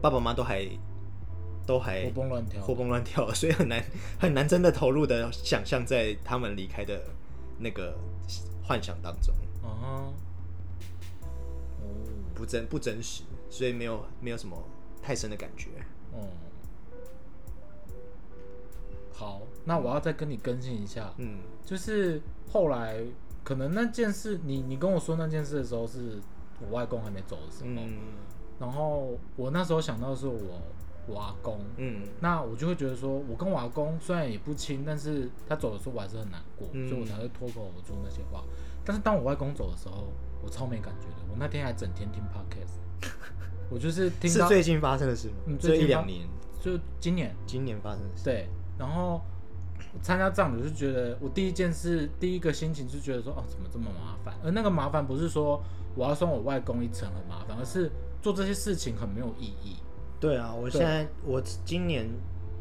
爸爸妈妈都还都还
活蹦乱跳。
活蹦乱跳， 所以很难很难真的投入的想象在他们离开的那个幻想当中，
啊哈。哦，
不真不真实，所以没有没有什么太深的感觉。
哦。好，那我要再跟你更新一下，
嗯，
就是后来可能那件事，你你跟我说那件事的时候，是我外公还没走的时候，
嗯
然后我那时候想到的是我我阿公，
嗯
那我就会觉得说，我跟我阿公虽然也不亲，但是他走的时候我还是很难过，
嗯
所以我才会脱口而出那些话。但是当我外公走的时候，我超没感觉的。我那天还整天 听 podcast，我就是听
是
到
最近发生的事吗？
嗯最
这一
近
两
发
年，
就今年
今年发生的事。
对，然后参加葬礼我就觉得，我第一件事第一个心情是觉得说，哦，怎么这么麻烦？而那个麻烦不是说我要送我外公一程很麻烦，而是做这些事情很没有意义。
对啊，我现
对
在我今年，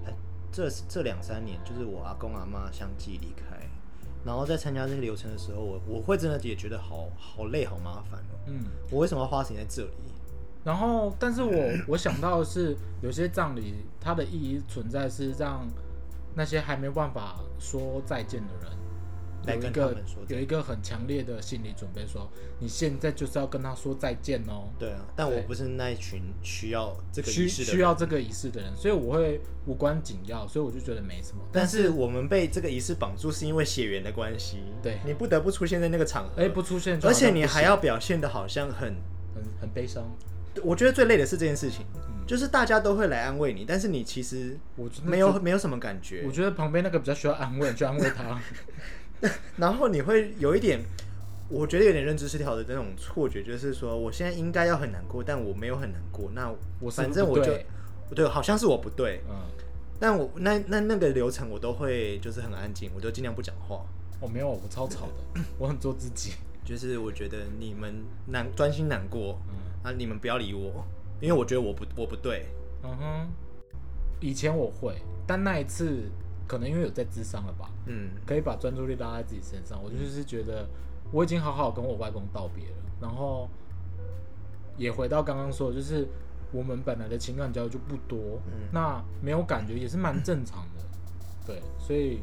呃这这两三年，就是我阿公阿妈相继离开，然后在参加这个流程的时候，我我会真的也觉得好好累，好麻烦哦。
嗯。
我为什么要花时间在这里？
然后，但是我我想到的是，有些葬礼它的意义存在是让那些还没办法说再见的
来
人
跟
有一
他
个
们说再见
有一个很强烈的心理准备说，你现在就是要跟他说再见哦。
对啊，但我
对
不是那一群需要这个仪
需
式的
需
人
要这个仪式的人，所以我会无关紧要，所以我就觉得没什么。
但是我们被这个仪式绑住，是因为血缘的关系。
对
你不得不出现在那个场合，
哎、不出现就好
呃而
像
且
不行，
你还要表现的好像很
很很悲伤。
我觉得最累的是这件事情，
嗯
就是大家都会来安慰你，但是你其实
我真的
没有
觉
没有什么感觉
我。觉得旁边那个比较需要安慰，你去安慰他。
然后你会有一点，我觉得有点认知失调的那种错觉，就是说我现在应该要很难过，但我没有很难过。那
我是不是
反正我
不
就
对
对，好像是我不对，
嗯，
但我那那那个流程我都会就是很安静，我就尽量不讲话。
我、没有，我超吵的，我很做自己。
就是我觉得你们难专心难过
嗯。
啊，你们不要理我，因为我觉得我不我不对。
嗯哼，以前我会，但那一次可能因为有在智商了吧，
嗯
可以把专注力拉在自己身上。我就是觉得我已经好好跟我外公道别了，然后也回到刚刚说的，就是我们本来的情感交流就不多，
嗯
那没有感觉也是蛮正常的。对，所以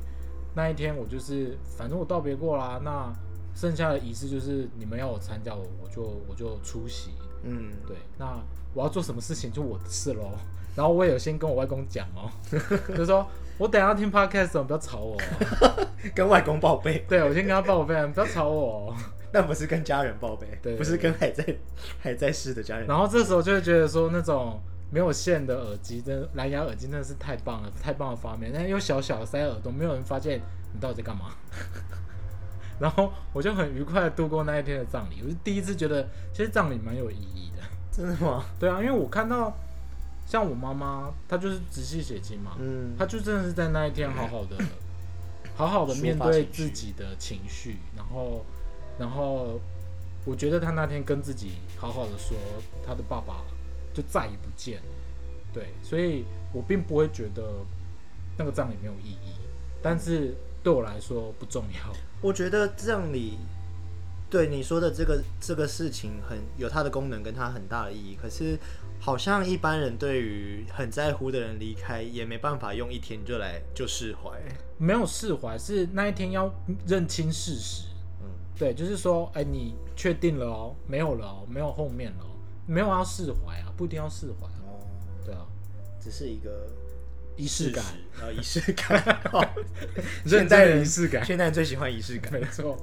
那一天我就是，反正我道别过啦，那剩下的仪式就是你们要我参加我，我就我就出席。
嗯，
对，那我要做什么事情就我的事喽。 然后我也有先跟我外公讲哦， 就说我等一下要听 podcast，哦不要吵我、 哦。
跟外公报备。
对，我先跟他报备，不要吵我、 哦。
那不是跟家人报备，
对
不是跟还在 还在世的家人。
然后这时候就会觉得说，那种没有线的耳机，真的蓝牙耳机真的是太棒了，太棒的发明。但又小小的塞耳朵，没有人发现你到底在干嘛。 然后我就很愉快的度过那一天的葬礼，我是第一次觉得其实葬礼蛮有意义的。
真的吗？
对啊，因为我看到像我妈妈，她就是直系血亲嘛，
嗯，
他就真的是在那一天好好的 好好的面
抒发
对
情绪
自己的情绪，然后，然后，我觉得他那天跟自己好好的说，他的爸爸就再也不见了，对，所以我并不会觉得那个葬礼没有意义，但是对我来说不重要，
我觉得葬礼对你说的这个这个事情很有它的功能跟它很大的意义，可是好像一般人对于很在乎的人离开也没办法用一天就来就释怀。
没有释怀，是那一天要认清事实，
嗯，
对，就是说，哎，你确定了哦，没有了哦，没有后面了哦，没有要释怀啊，不一定要释怀啊，
哦，
对啊，
只是一个呃
仪式感
事实，然后仪式感。哦
认真的仪式感
现代人最喜欢仪式感。
没错，